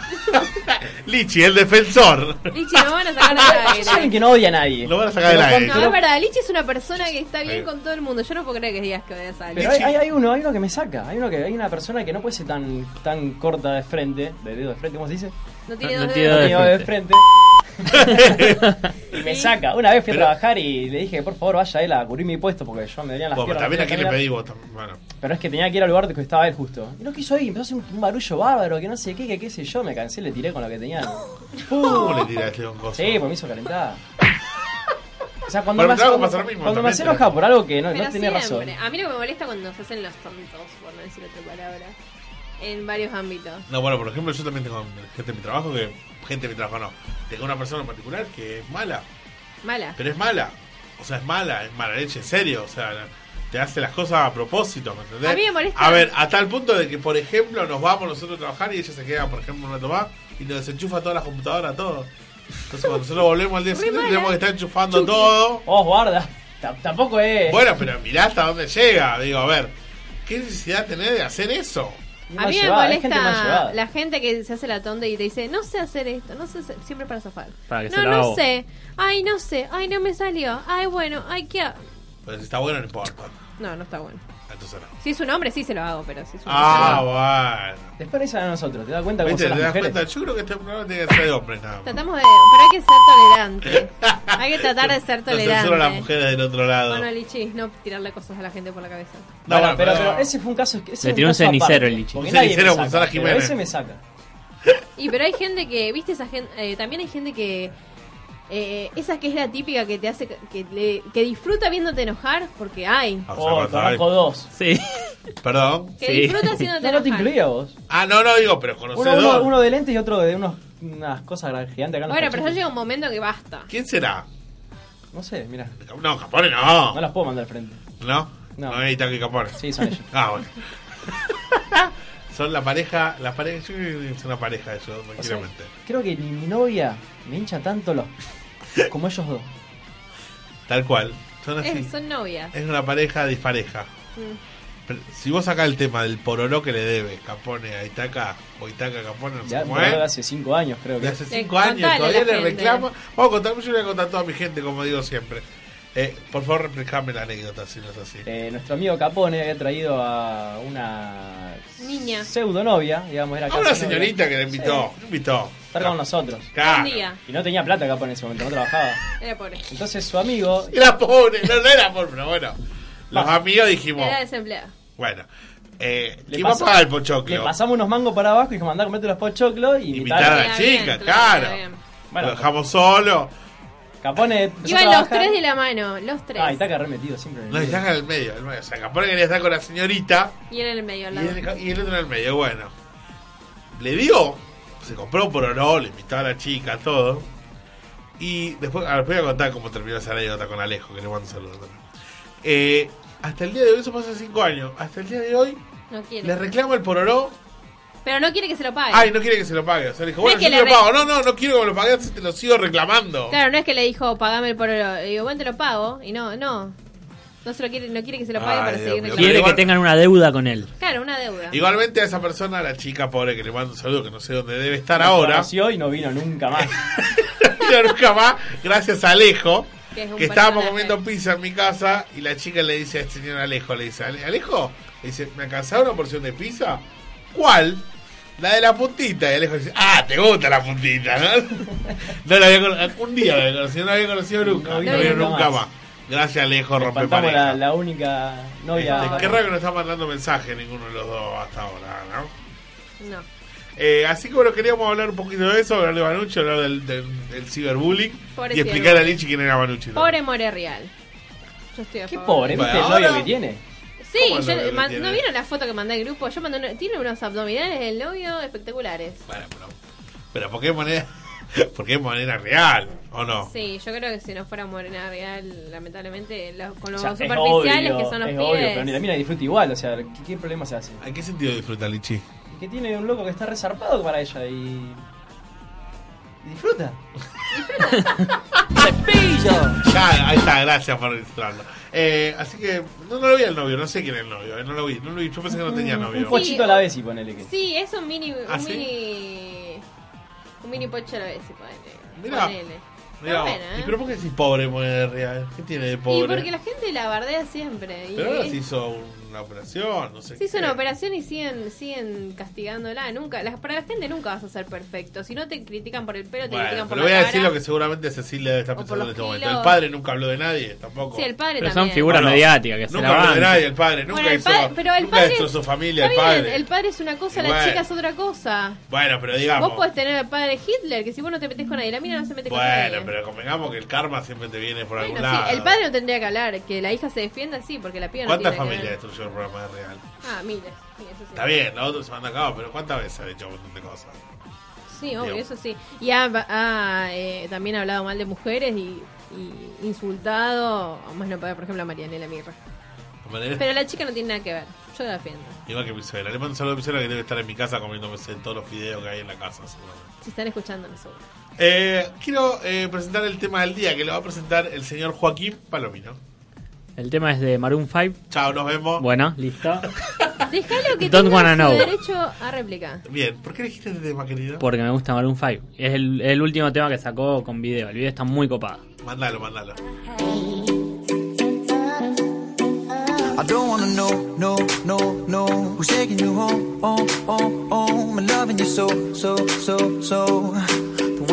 Speaker 6: Lichi, el defensor.
Speaker 8: Lichi, no van a sacar nada
Speaker 7: Yo soy alguien que no odia a nadie.
Speaker 6: Lo van a sacar del
Speaker 7: Pero
Speaker 6: aire.
Speaker 8: No,
Speaker 7: cuando-
Speaker 8: es verdad, Lichi es una persona que está bien
Speaker 6: Sí.
Speaker 8: con todo el mundo. Yo no puedo creer que digas que odias a
Speaker 7: Pero
Speaker 8: alguien.
Speaker 7: hay, hay- hay uno, hay uno que me saca, hay uno que hay una persona que no puede ser tan, tan corta de frente, de dedo de frente, ¿cómo se dice?
Speaker 8: No tiene
Speaker 9: no
Speaker 8: dos
Speaker 9: tiene
Speaker 7: No
Speaker 9: Dedo
Speaker 8: dedos.
Speaker 9: de
Speaker 7: tiene dedo de frente. y me saca. Una vez fui
Speaker 6: Pero-
Speaker 7: a trabajar y le dije, por favor, vaya él a cubrir mi puesto porque yo me dolían las
Speaker 6: Bueno, pero
Speaker 7: piernas.
Speaker 6: también
Speaker 7: no
Speaker 6: a quién
Speaker 7: podía caminar.
Speaker 6: le pedí vos. tam- Bueno,
Speaker 7: Pero es que tenía que ir al lugar que estaba él justo. Y no quiso ir, empezó a hacer un, un barullo bárbaro, que no sé qué, que qué sé yo, me cansé, le tiré con lo que tenía.
Speaker 6: ¿cómo le este tiraste un coso?
Speaker 7: Sí, pues me hizo calentar. O sea, cuando
Speaker 6: Pero
Speaker 7: me,
Speaker 6: te hago
Speaker 7: cuando-
Speaker 6: pasar lo mismo,
Speaker 7: cuando me
Speaker 6: también
Speaker 7: hace
Speaker 6: te-
Speaker 7: enoja por algo que no, no
Speaker 8: Pero
Speaker 7: tenía razón.
Speaker 8: siempre. A mí lo que me molesta cuando se hacen los tontos, por no decir otra palabra. En varios ámbitos.
Speaker 6: No, bueno, por ejemplo, yo también tengo gente en mi trabajo que. Gente en mi trabajo no. Tengo una persona en particular que es mala.
Speaker 8: Mala.
Speaker 6: Pero es mala. O sea, es mala, es mala leche, en serio. O sea, te hace las cosas a propósito, ¿me entendés?
Speaker 8: A mí me molesta.
Speaker 6: A ver, a tal punto de que, por ejemplo, nos vamos nosotros a trabajar y ella se queda, por ejemplo, en una tomada y nos desenchufa todas las computadoras, todo. Entonces, cuando nosotros volvemos al día siguiente,
Speaker 8: mala.
Speaker 6: tenemos que estar enchufando todo.
Speaker 7: Oh, guarda. T- tampoco es.
Speaker 6: Bueno, pero mirá hasta dónde llega. Digo, a ver, ¿qué necesidad tenés de hacer eso?
Speaker 8: A
Speaker 7: mal
Speaker 8: mí me
Speaker 7: llevada, hay gente mal
Speaker 8: molesta
Speaker 7: llevada.
Speaker 8: la gente que se hace la tonta y te dice, no sé hacer esto, no sé hacer- siempre para zafar.
Speaker 9: Para que
Speaker 8: no,
Speaker 9: se la
Speaker 8: no
Speaker 9: hago.
Speaker 8: sé. Ay, no sé. Ay, no me salió. Ay, bueno, ay, qué. ha-".
Speaker 6: Pero si Pues está bueno, no importa.
Speaker 8: No, no está bueno.
Speaker 6: Entonces no.
Speaker 8: Si es un hombre, sí se lo hago, pero si es un hombre,
Speaker 6: Ah, bueno.
Speaker 7: Después ahí salen a nosotros, ¿te das cuenta cómo
Speaker 6: ¿Viste?
Speaker 7: son las
Speaker 6: ¿Te das
Speaker 7: mujeres?
Speaker 6: cuenta? Yo creo que este programa tiene que ser de hombres nada más.
Speaker 8: Tratamos de. Pero hay que ser tolerante. Hay que tratar de ser
Speaker 6: No son
Speaker 8: tolerante.
Speaker 6: solo las mujeres del otro lado.
Speaker 8: Bueno, Lichis, no tirarle cosas a la gente por la cabeza.
Speaker 6: No,
Speaker 7: Bueno,
Speaker 6: bueno,
Speaker 7: pero,
Speaker 6: pero-
Speaker 7: pero ese fue un caso. Ese es
Speaker 9: tiró un
Speaker 7: caso
Speaker 9: cenicero
Speaker 7: aparte,
Speaker 9: el Lichi.
Speaker 7: porque
Speaker 6: Un
Speaker 7: nadie me
Speaker 6: cenicero
Speaker 7: saca,
Speaker 6: con Sara
Speaker 7: pero
Speaker 6: Jiménez.
Speaker 7: Ese me saca.
Speaker 8: Y pero hay gente que, viste, esa gente, eh, también hay gente que... eh, esa que es la típica que te hace que, le- que disfruta viéndote enojar porque hay
Speaker 6: Ah, o sea,
Speaker 7: Oh,
Speaker 6: cuando hay-
Speaker 7: conozco dos.
Speaker 9: Sí.
Speaker 6: Perdón.
Speaker 8: que
Speaker 9: Sí.
Speaker 8: disfruta haciéndote
Speaker 7: No, no te
Speaker 8: enojar
Speaker 7: incluía vos.
Speaker 6: Ah, no, no, digo, pero conocedor.
Speaker 7: Uno, uno, uno de lentes y otro de unos, unas cosas gigantes acá. en los
Speaker 8: bueno pero ya
Speaker 7: cachetes.
Speaker 8: llega un momento que basta
Speaker 6: ¿Quién será?
Speaker 7: No sé, mira.
Speaker 6: No, Capone no.
Speaker 7: No
Speaker 6: ¿No?
Speaker 7: las puedo mandar al frente.
Speaker 6: No,
Speaker 7: No.
Speaker 6: necesita que Capone.
Speaker 7: Sí, son ellos.
Speaker 6: Ah, bueno. Son la pareja, la pareja, yo creo que es una pareja eso,
Speaker 7: O sea,
Speaker 6: tranquilamente.
Speaker 7: creo que ni mi novia me hincha tanto los. como ellos dos.
Speaker 6: Tal cual. Son así.
Speaker 8: Es- son novias
Speaker 6: Es una pareja dispareja. Pero si vos sacás el tema del pororó que le debe Capone a Itaca, o Itaca a Capone, no sé
Speaker 7: Ya,
Speaker 6: cómo
Speaker 7: bueno, de
Speaker 6: es.
Speaker 7: hace 5 años, creo
Speaker 6: De
Speaker 7: que.
Speaker 6: hace
Speaker 8: Le-
Speaker 6: cinco años
Speaker 8: contale
Speaker 6: todavía
Speaker 8: a la
Speaker 6: le
Speaker 8: gente.
Speaker 6: reclamo. Vamos a contar, yo le voy a contar a toda mi gente, como digo siempre. Eh, por favor, replicame la anécdota si no es así.
Speaker 7: Eh, nuestro amigo Capone había traído a una.
Speaker 8: Niña.
Speaker 7: Pseudonovia, digamos, era
Speaker 6: a una
Speaker 7: casi
Speaker 6: señorita
Speaker 7: novia.
Speaker 6: que le invitó,
Speaker 7: Sí,
Speaker 6: le invitó.
Speaker 7: estar con nosotros.
Speaker 6: Claro.
Speaker 8: Buen día.
Speaker 7: Y no tenía plata Capone en ese momento, no trabajaba.
Speaker 8: era pobre
Speaker 7: Entonces su amigo.
Speaker 6: Era pobre, no, no era pobre, pero bueno. Los amigos dijimos,
Speaker 8: era desempleada
Speaker 6: bueno, eh,
Speaker 7: Ah. Le
Speaker 6: ¿quién va a
Speaker 7: pasa-
Speaker 6: pagar el
Speaker 7: Le
Speaker 6: pochoclo?
Speaker 7: pasamos unos mangos para abajo y dijo: mandá a comerte los pochoclos y
Speaker 6: Invitar a
Speaker 7: invitar.
Speaker 6: la
Speaker 8: Bien,
Speaker 6: Ah, chica,
Speaker 8: bien,
Speaker 6: claro.
Speaker 8: bien.
Speaker 7: Bueno,
Speaker 6: Lo dejamos solo.
Speaker 7: Capone. empezó a
Speaker 8: iban los
Speaker 7: trabajar.
Speaker 8: tres de la mano los tres
Speaker 7: Ah, y Taca remetido siempre. en el
Speaker 6: No,
Speaker 7: medio.
Speaker 6: estás en el medio, en el medio. O sea, Capone quería estar con la señorita
Speaker 8: y él en el medio al
Speaker 6: y
Speaker 8: lado
Speaker 6: el, y el otro en el medio. Bueno, le dio, se compró por oro, le invitó a la chica, todo. Y después, ahora voy a contar cómo terminó esa anécdota con Alejo, que le mando un saludo también. Eh, hasta el día de hoy, eso pasó hace 5 años. Hasta el día de hoy,
Speaker 8: no
Speaker 6: le
Speaker 8: quiere
Speaker 6: reclama el pororó.
Speaker 8: pero no quiere que se lo pague
Speaker 6: Ay, no quiere que se lo pague. O sea, le dijo, bueno,
Speaker 8: es
Speaker 6: yo
Speaker 8: que
Speaker 6: te lo
Speaker 8: le
Speaker 6: pago. No, no, no quiero que me lo pague, te lo sigo reclamando.
Speaker 8: claro no es que le dijo pagame el pororo Le digo bueno te lo pago y no no no se lo quiere no quiere que se lo pague
Speaker 6: Ay,
Speaker 8: para
Speaker 6: Dios
Speaker 8: seguir
Speaker 6: mío.
Speaker 8: reclamando
Speaker 9: Quiere que tengan una deuda con él.
Speaker 8: claro una deuda
Speaker 6: Igualmente a esa persona, la chica pobre que le mando un saludo, que no sé dónde debe estar
Speaker 7: Nos
Speaker 6: ahora.
Speaker 7: conoció y no vino nunca más.
Speaker 6: Yo nunca más, gracias a Alejo,
Speaker 8: Que es un
Speaker 6: que estábamos
Speaker 8: personaje.
Speaker 6: comiendo pizza en mi casa y la chica le dice al señor Alejo, le dice, "Ale- Alejo, le dice, ¿me alcanzaba una porción de pizza? ¿Cuál? La de la puntita. Y Alejo dice, ah, te gusta la puntita, ¿no? no la había conocido, un día la había conocido, no la había conocido nunca, no,
Speaker 7: No,
Speaker 6: la había
Speaker 8: no,
Speaker 6: nunca
Speaker 7: no.
Speaker 6: más. Gracias Alejo, rompe
Speaker 7: Espantamos la,
Speaker 6: pareja.
Speaker 7: la única novia.
Speaker 6: Este, Qué raro que no está mandando mensaje ninguno de los dos hasta ahora, ¿no?
Speaker 8: no
Speaker 6: Eh, así que bueno, queríamos hablar un poquito de eso, hablar de Manucci, hablar del, del, del ciberbullying
Speaker 8: Pobre
Speaker 6: y explicar a
Speaker 8: ciberbullying.
Speaker 6: Lichi quién era Manucci. ¿no?
Speaker 8: Pobre More Real. Yo estoy a
Speaker 7: Qué
Speaker 8: favor.
Speaker 7: pobre, ¿viste
Speaker 6: Bueno,
Speaker 7: el novio
Speaker 6: ahora-
Speaker 7: que
Speaker 8: Este
Speaker 7: tiene?
Speaker 8: Sí,
Speaker 6: ¿Cómo el
Speaker 8: yo-
Speaker 6: novio que
Speaker 8: man-
Speaker 6: tiene?
Speaker 8: ¿no vieron la foto que mandé al grupo? Yo mandé una- tiene unos abdominales el novio espectaculares.
Speaker 6: Bueno, pero, pero ¿por qué manera? Porque es manera real, ¿o no?
Speaker 8: Sí, yo creo que si no fuera Morena Real, lamentablemente, los- con
Speaker 7: O
Speaker 8: los
Speaker 7: sea, es
Speaker 8: superficiales
Speaker 7: obvio,
Speaker 8: que son los
Speaker 7: es
Speaker 8: pibes.
Speaker 7: obvio, pero ni la mina disfruta igual, o sea, ¿qué, qué problema se hace?
Speaker 6: ¿En qué sentido disfruta Lichi?
Speaker 7: Y que tiene un loco que está resarpado para ella y... y disfruta.
Speaker 6: Ya, ahí está, gracias por registrarlo. Eh, así que no, no lo vi al novio, no sé quién es el novio, eh, no lo vi, no lo vi, yo pensé que no
Speaker 8: Mm,
Speaker 6: tenía novio.
Speaker 7: Un pochito a la vez y ponele que...
Speaker 8: Sí, es un mini. Un
Speaker 6: ¿Ah, sí?
Speaker 8: mini. Un mini pocho a la vez, si ponele.
Speaker 6: Mirá.
Speaker 8: Ponele.
Speaker 6: Mirá,
Speaker 8: Está buena,
Speaker 6: ¿y
Speaker 8: ¿eh?
Speaker 6: pero por qué decís pobre manera real? ¿Qué tiene de
Speaker 8: Y
Speaker 6: pobre?
Speaker 8: porque la gente la bardea siempre. y
Speaker 6: Pero ahora eh.
Speaker 8: es-
Speaker 6: se hizo una operación, no sé
Speaker 8: Se hizo
Speaker 6: qué.
Speaker 8: una operación y siguen, siguen castigándola. Nunca, las, para la gente nunca vas a ser perfecto. Si no te critican por el pelo, te
Speaker 6: Bueno,
Speaker 8: critican por la
Speaker 6: pero voy a
Speaker 8: cara.
Speaker 6: decir lo que seguramente Cecilia debe estar
Speaker 8: O por
Speaker 6: pensando en
Speaker 8: los
Speaker 6: este momento.
Speaker 8: kilos.
Speaker 6: El padre nunca habló de nadie, tampoco.
Speaker 8: Sí, el padre
Speaker 9: Pero son
Speaker 8: también.
Speaker 9: figuras
Speaker 6: No, no.
Speaker 9: mediáticas que se
Speaker 6: nunca
Speaker 9: la
Speaker 6: habló de
Speaker 9: bancan.
Speaker 6: nadie, el padre. Nunca
Speaker 8: Bueno, el
Speaker 6: hizo,
Speaker 8: padre- pero el
Speaker 6: nunca
Speaker 8: padre-
Speaker 6: hizo su familia,
Speaker 8: Está
Speaker 6: el
Speaker 8: bien,
Speaker 6: padre.
Speaker 8: el padre es una cosa,
Speaker 6: Igual.
Speaker 8: la chica es otra cosa.
Speaker 6: Bueno, pero digamos.
Speaker 8: Vos podés tener al padre Hitler, que si vos no te metés con nadie, la mina no se mete con nadie.
Speaker 6: Bueno, pero convengamos que el karma siempre te viene por
Speaker 8: Bueno,
Speaker 6: algún
Speaker 8: sí,
Speaker 6: lado.
Speaker 8: el padre no tendría que hablar, que la hija se defienda, sí, porque la piba no
Speaker 6: ¿Cuántas
Speaker 8: tiene que
Speaker 6: familias
Speaker 8: hablar.
Speaker 6: destruyó el programa de Real?
Speaker 8: Ah, miles. sí, eso sí.
Speaker 6: Está bien, los otros se van a cabo, pero ¿cuántas veces han hecho un montón de cosas?
Speaker 8: Sí, obvio,
Speaker 6: Digo.
Speaker 8: eso sí. Y ha, ha, eh, también ha hablado mal de mujeres y, y insultado, a más no poder, por ejemplo, a Marianela Mirra.
Speaker 6: De manera-
Speaker 8: Pero la chica no tiene nada que ver. Yo la defiendo.
Speaker 6: Igual que mi suegra. Le mando un saludo a mi suegra que debe estar en mi casa comiéndome todos los fideos que hay en la casa, seguramente.
Speaker 8: Si están escuchando, no seguro.
Speaker 6: Eh, quiero eh, presentar el tema del día que lo va a presentar el señor Joaquín Palomino.
Speaker 9: El tema es de Maroon 5.
Speaker 6: Chao, nos vemos.
Speaker 9: Bueno, listo.
Speaker 8: Déjalo que
Speaker 9: Don't
Speaker 8: tenga
Speaker 9: wanna
Speaker 8: su
Speaker 9: know.
Speaker 8: derecho a réplica.
Speaker 6: Bien, ¿por qué elegiste este tema, querido?
Speaker 9: Porque me gusta Maroon 5. Es el, el último tema que sacó con video. El video está muy copado.
Speaker 6: Mándalo, mándalo.
Speaker 10: I don't wanna know, no, no, no. Who's taking you home, oh, oh, oh? I'm loving you so, so, so, so. The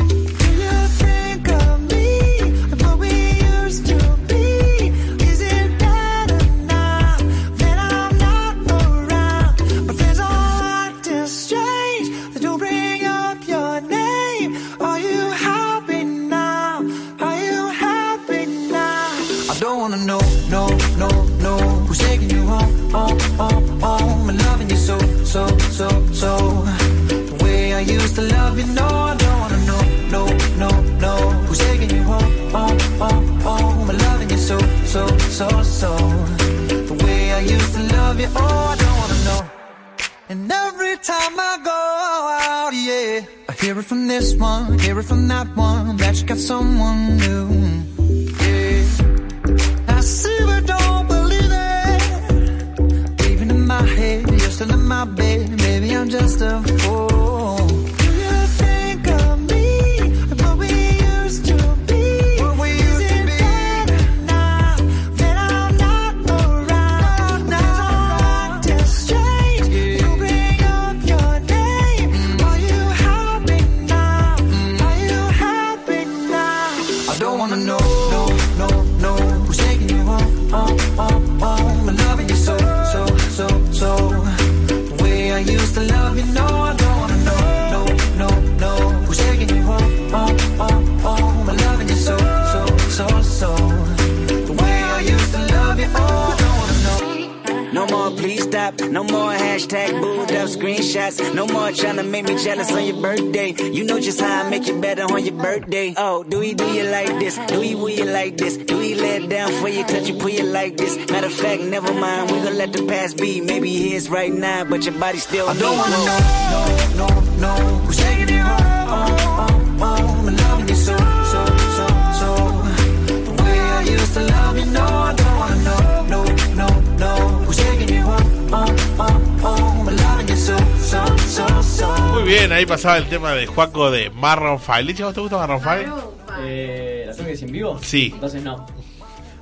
Speaker 10: Do you think of me and what we used to be? Is it bad enough that I'm not around? But there's a lot that's strange that don't bring up your name. Are you happy now? Are you happy now? I don't wanna know, no, no, no. Who's taking you home, home, home, home? And loving you so, so, so, so. The way I used to love you, no, I don't wanna know, no, no, no. Who's taking you home, home, home, home? And loving you so, so, so, so. The way I used to love you, oh, I don't wanna know. And every time I go out, yeah, I hear it from this one, hear it from that one, that you got someone new. Yeah, I see but don't believe it. Even in my head, you're still in my bed, maybe I'm just a fool. Do you think of me and what we used to be? What we used to be. now that I'm not around? Now I'm just strange. You bring up your name. Are you happy now? Are you happy now? I don't wanna know, no, no, no. Who's taking you home, home, home, home? I'm loving you so, so, so, so. The way I used to love you, no, I don't wanna know, no, no, no. Who's taking you home, home, home, home? I'm loving you so, so, so, so. The way I used to love you, oh, I don't wanna know.
Speaker 11: No more please stop, no more hashtag booed up screenshots, no more trying to make me jealous on your birthday. You know just how I make you better on your birthday. Oh, do we do you like this? Do we will you like this? Do we let down for you, touch you, pull you like this? Matter of fact, never mind, we gonna let the past be. Maybe he is right now, but your body still
Speaker 10: I don't
Speaker 11: me.
Speaker 10: wanna know, no, no, no. Who's taking you home? Oh, oh, oh. I'm loving you so, so, so, so. The way I used to love you, no, I don't wanna know, no, no, no. Who's taking you home? Oh, oh, oh. I'm loving you so, so, so, so.
Speaker 6: Muy bien, ahí pasaba el tema de Juaco de Marron 5. Licha, ¿vos te gusta Marron 5?
Speaker 7: Eh, ¿La tengo que decir en vivo?
Speaker 6: Sí.
Speaker 7: Entonces no.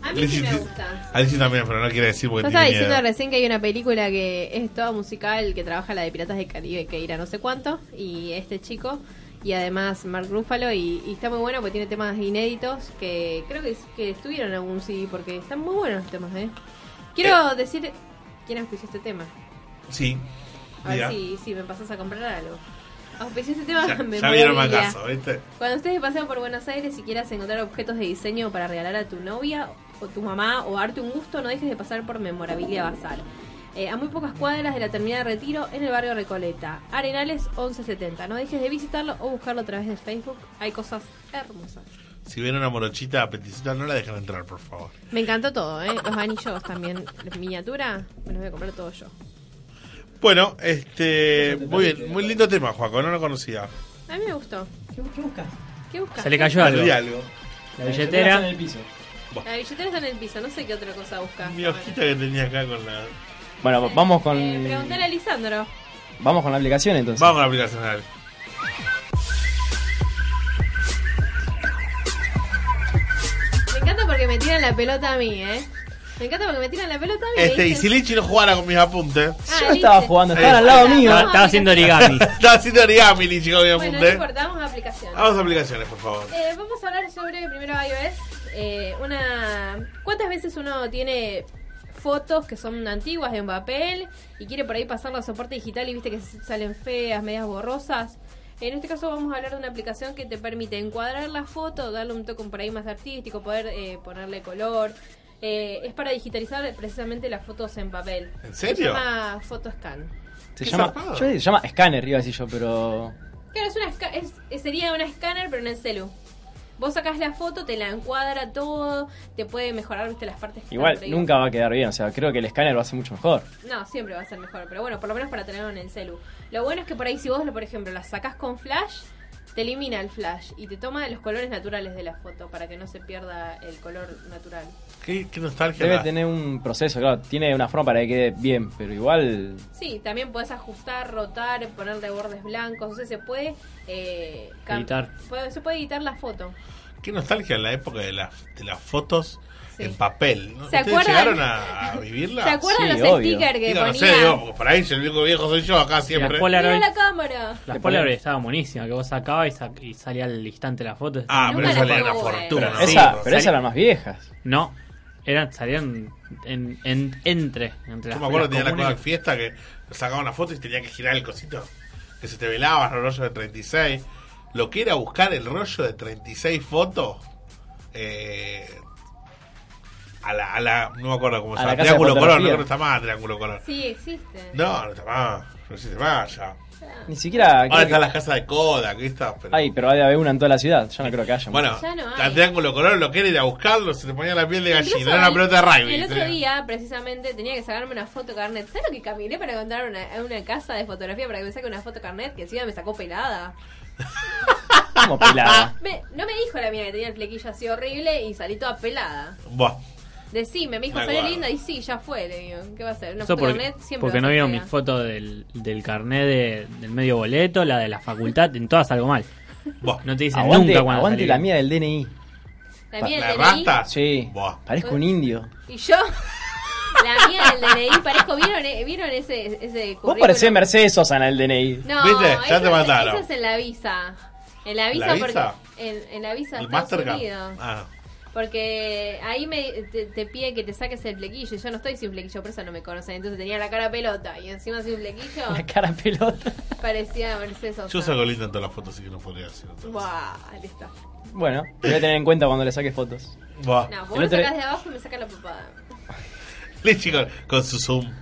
Speaker 8: A mí sí me gusta.
Speaker 6: A Lichi también, pero no quiere decir porque
Speaker 8: Yo
Speaker 6: tiene
Speaker 8: estaba diciendo
Speaker 6: miedo.
Speaker 8: recién que hay una película que es toda musical, que trabaja la de Piratas de Caribe, que irá no sé cuánto, y este chico, y además Mark Ruffalo, y, y está muy bueno porque tiene temas inéditos que creo que, es- que estuvieron en algún CD, porque están muy buenos los temas, ¿eh? Quiero decir quién auspició este tema.
Speaker 6: Sí.
Speaker 8: A ver
Speaker 6: Mira.
Speaker 8: si, si me pasas a comprar algo. Auspició este tema,
Speaker 6: Ya,
Speaker 8: me
Speaker 6: ya vieron
Speaker 8: movilia.
Speaker 6: macazo, ¿viste?
Speaker 8: Cuando estés de paseo por Buenos Aires y quieras encontrar objetos de diseño para regalar a tu novia o tu mamá o darte un gusto, no dejes de pasar por Memorabilia Bazar. Eh, a muy pocas cuadras de la terminal de retiro en el barrio Recoleta. Arenales 1170. No dejes de visitarlo o buscarlo a través de Facebook. Hay cosas hermosas.
Speaker 6: Si ven una morochita apetitosa, no la dejan entrar, por favor.
Speaker 8: Me encantó todo, ¿eh? Los anillos también. La miniatura, me los voy a comprar todo yo.
Speaker 6: Bueno, este. Muy bien, muy lindo tema, Juaco, no lo conocía.
Speaker 8: A mí me gustó.
Speaker 7: ¿Qué, qué buscas?
Speaker 8: ¿Qué buscas?
Speaker 9: Se le cayó algo.
Speaker 6: Perdí algo.
Speaker 9: La
Speaker 7: billetera está
Speaker 9: billetera.
Speaker 7: en el piso.
Speaker 8: La billetera está en el piso, no sé qué otra cosa buscas.
Speaker 6: Mi hojita que tenía acá con la.
Speaker 7: Bueno, vamos con.
Speaker 8: Eh, preguntale a Lisandro.
Speaker 7: Vamos con la aplicación entonces.
Speaker 6: Vamos a la aplicación dale.
Speaker 8: Me encanta porque me tiran la pelota a mí, ¿eh? Me encanta porque me tiran la pelota a mí.
Speaker 6: Este,
Speaker 8: me
Speaker 6: y
Speaker 8: dicen-
Speaker 6: si Lichi no jugara con mis apuntes. Eh,
Speaker 8: Ah,
Speaker 7: Yo estaba
Speaker 8: dice-
Speaker 7: jugando,
Speaker 6: Ahí
Speaker 7: estaba al
Speaker 6: está.
Speaker 7: lado mío.
Speaker 9: Estaba, estaba haciendo origami.
Speaker 6: Estaba haciendo origami, Lichi, con mis
Speaker 8: Bueno, no
Speaker 6: apuntes.
Speaker 8: importa, vamos a aplicación.
Speaker 6: Vamos a aplicaciones, por favor.
Speaker 8: Eh, vamos a hablar sobre primero iOS. Eh, una. ¿Cuántas veces uno tiene fotos que son antiguas de un papel y quiere por ahí pasarlo a soporte digital y viste que s- salen feas, medias borrosas? En este caso vamos a hablar de una aplicación que te permite encuadrar la foto, darle un toque por ahí más artístico, poder eh, ponerle color, eh, es para digitalizar precisamente las fotos en papel.
Speaker 6: ¿En
Speaker 8: Se
Speaker 6: serio?
Speaker 8: llama Photoscan.
Speaker 7: Se
Speaker 6: Qué
Speaker 7: llama,
Speaker 6: zarpado.
Speaker 7: yo creo que se llama escáner, iba a decir yo, pero.
Speaker 8: Claro, es una esca- es- es- sería una escáner, pero en el celu. Vos sacás la foto, te la encuadra todo, te puede mejorar viste, las partes que
Speaker 7: Igual
Speaker 8: están feas.
Speaker 7: nunca va a quedar bien, o sea, creo que el escáner va a ser mucho mejor.
Speaker 8: No, siempre va a ser mejor, pero bueno, por lo menos para tenerlo en el celu. Lo bueno es que por ahí si vos, por ejemplo, la sacás con flash, te elimina el flash y te toma los colores naturales de la foto para que no se pierda el color natural.
Speaker 6: Qué, qué nostalgia.
Speaker 7: Debe
Speaker 6: da.
Speaker 7: tener un proceso, claro, tiene una forma para que quede bien, pero igual.
Speaker 8: Sí, también puedes ajustar, rotar, ponerle bordes blancos, o sea, se puede... eh, cam-
Speaker 6: Editar.
Speaker 8: puede- se puede editar la foto.
Speaker 6: Qué nostalgia la época de, las de las fotos
Speaker 8: Sí.
Speaker 6: en papel. ¿no?
Speaker 8: ¿Se
Speaker 6: ¿Ustedes
Speaker 8: acuerdan?
Speaker 6: llegaron a, a vivirla?
Speaker 8: ¿Se acuerdan los stickers que
Speaker 6: Digo,
Speaker 8: ponía?
Speaker 6: Ah, No sé, digo, porque por ahí yo el único viejo soy yo acá siempre.
Speaker 9: Las Polaroid,
Speaker 8: Mira la cámara.
Speaker 9: las Polaroid estaban buenísimas, que vos sacabas y, sa- y salía al instante la foto.
Speaker 6: Ah, pero Nunca salían la a tuve.
Speaker 8: eh.
Speaker 6: fortuna,
Speaker 7: ¿no? Esa- pero esas eran más viejas.
Speaker 9: No, eran, salían en, en- entre, entre las
Speaker 6: Yo me acuerdo
Speaker 9: las
Speaker 6: tenía la
Speaker 9: comunes.
Speaker 6: cosa fiesta que sacaba una foto y tenía que girar el cosito que se te velaba, el rollo de 36. Lo que era buscar el rollo de 36 fotos eh, a, la, a la. No me acuerdo cómo
Speaker 7: A
Speaker 6: se
Speaker 7: la
Speaker 6: llama.
Speaker 7: casa de
Speaker 6: Triángulo color, no
Speaker 7: fotografía.
Speaker 6: creo que está más Triángulo color.
Speaker 8: Sí, existe.
Speaker 6: No, no está más. No existe más ya.
Speaker 7: Ni siquiera. creo
Speaker 6: Ahora
Speaker 7: que-
Speaker 6: están las casas de Kodak, ¿viste? Pero-
Speaker 7: Ay, pero hay de haber una en toda la ciudad, yo no creo que haya.
Speaker 6: Bueno,
Speaker 8: Ya no hay.
Speaker 6: la Triángulo color lo que era ir a buscarlo, se te ponía la piel de
Speaker 8: Incluso
Speaker 6: gallina. Era una
Speaker 8: el-
Speaker 6: pelota de rugby.
Speaker 8: El otro
Speaker 6: ¿sí?
Speaker 8: día, precisamente, tenía que sacarme una foto carnet. ¿Sabes lo que caminé para encontrar una, una casa de fotografía para que me saque una foto carnet? Que encima me sacó pelada.
Speaker 7: como pelada.
Speaker 8: Me- no me dijo la mía que tenía el flequillo así horrible y salí toda pelada.
Speaker 6: Buah.
Speaker 8: Decime, me dijo,
Speaker 9: Me
Speaker 8: sale
Speaker 9: acuerdo.
Speaker 8: linda y sí, ya fue, le digo. ¿Qué va a hacer? Una
Speaker 9: Eso
Speaker 8: foto
Speaker 9: porque,
Speaker 8: carnet siempre.
Speaker 9: porque
Speaker 8: va
Speaker 9: no
Speaker 8: a ser
Speaker 9: vieron mi
Speaker 8: fea.
Speaker 9: foto del, del carnet de- del medio boleto, la de la facultad, en todas algo mal. No te dicen
Speaker 7: Aguante-
Speaker 9: nunca cuando
Speaker 7: aguante
Speaker 9: salí.
Speaker 7: la mía del DNI.
Speaker 8: La mía
Speaker 7: Pa-
Speaker 8: del DNI.
Speaker 7: Sí. Parezco un indio.
Speaker 8: Y yo, la mía del DNI, parezco, ¿vieron, eh? ¿vieron ese, ese
Speaker 7: Vos
Speaker 8: currículum?
Speaker 7: parecés Mercedes Sosa en el DNI.
Speaker 8: No, eso es- Eso es en la visa. En la visa,
Speaker 7: ¿La
Speaker 8: porque.
Speaker 7: visa?
Speaker 8: En, en la visa de
Speaker 6: El
Speaker 8: Estados
Speaker 6: Mastercard.
Speaker 8: Unidos.
Speaker 6: Ah,
Speaker 8: Porque ahí me, te, te pide que te saques el flequillo. Y yo no estoy sin flequillo, por eso no me conocen. Entonces tenía la cara pelota. Y encima sin flequillo. La
Speaker 7: cara pelota.
Speaker 8: Parecía Mercedes Sosa.
Speaker 6: yo saco linda en todas las fotos, así que no podría decir.
Speaker 8: Buah, listo.
Speaker 7: Bueno, lo voy a tener en cuenta cuando le saques fotos.
Speaker 8: No,
Speaker 7: El
Speaker 8: vos lo
Speaker 7: otro-
Speaker 8: sacás de abajo y me saca la papada.
Speaker 6: Lichi con, con su Zoom.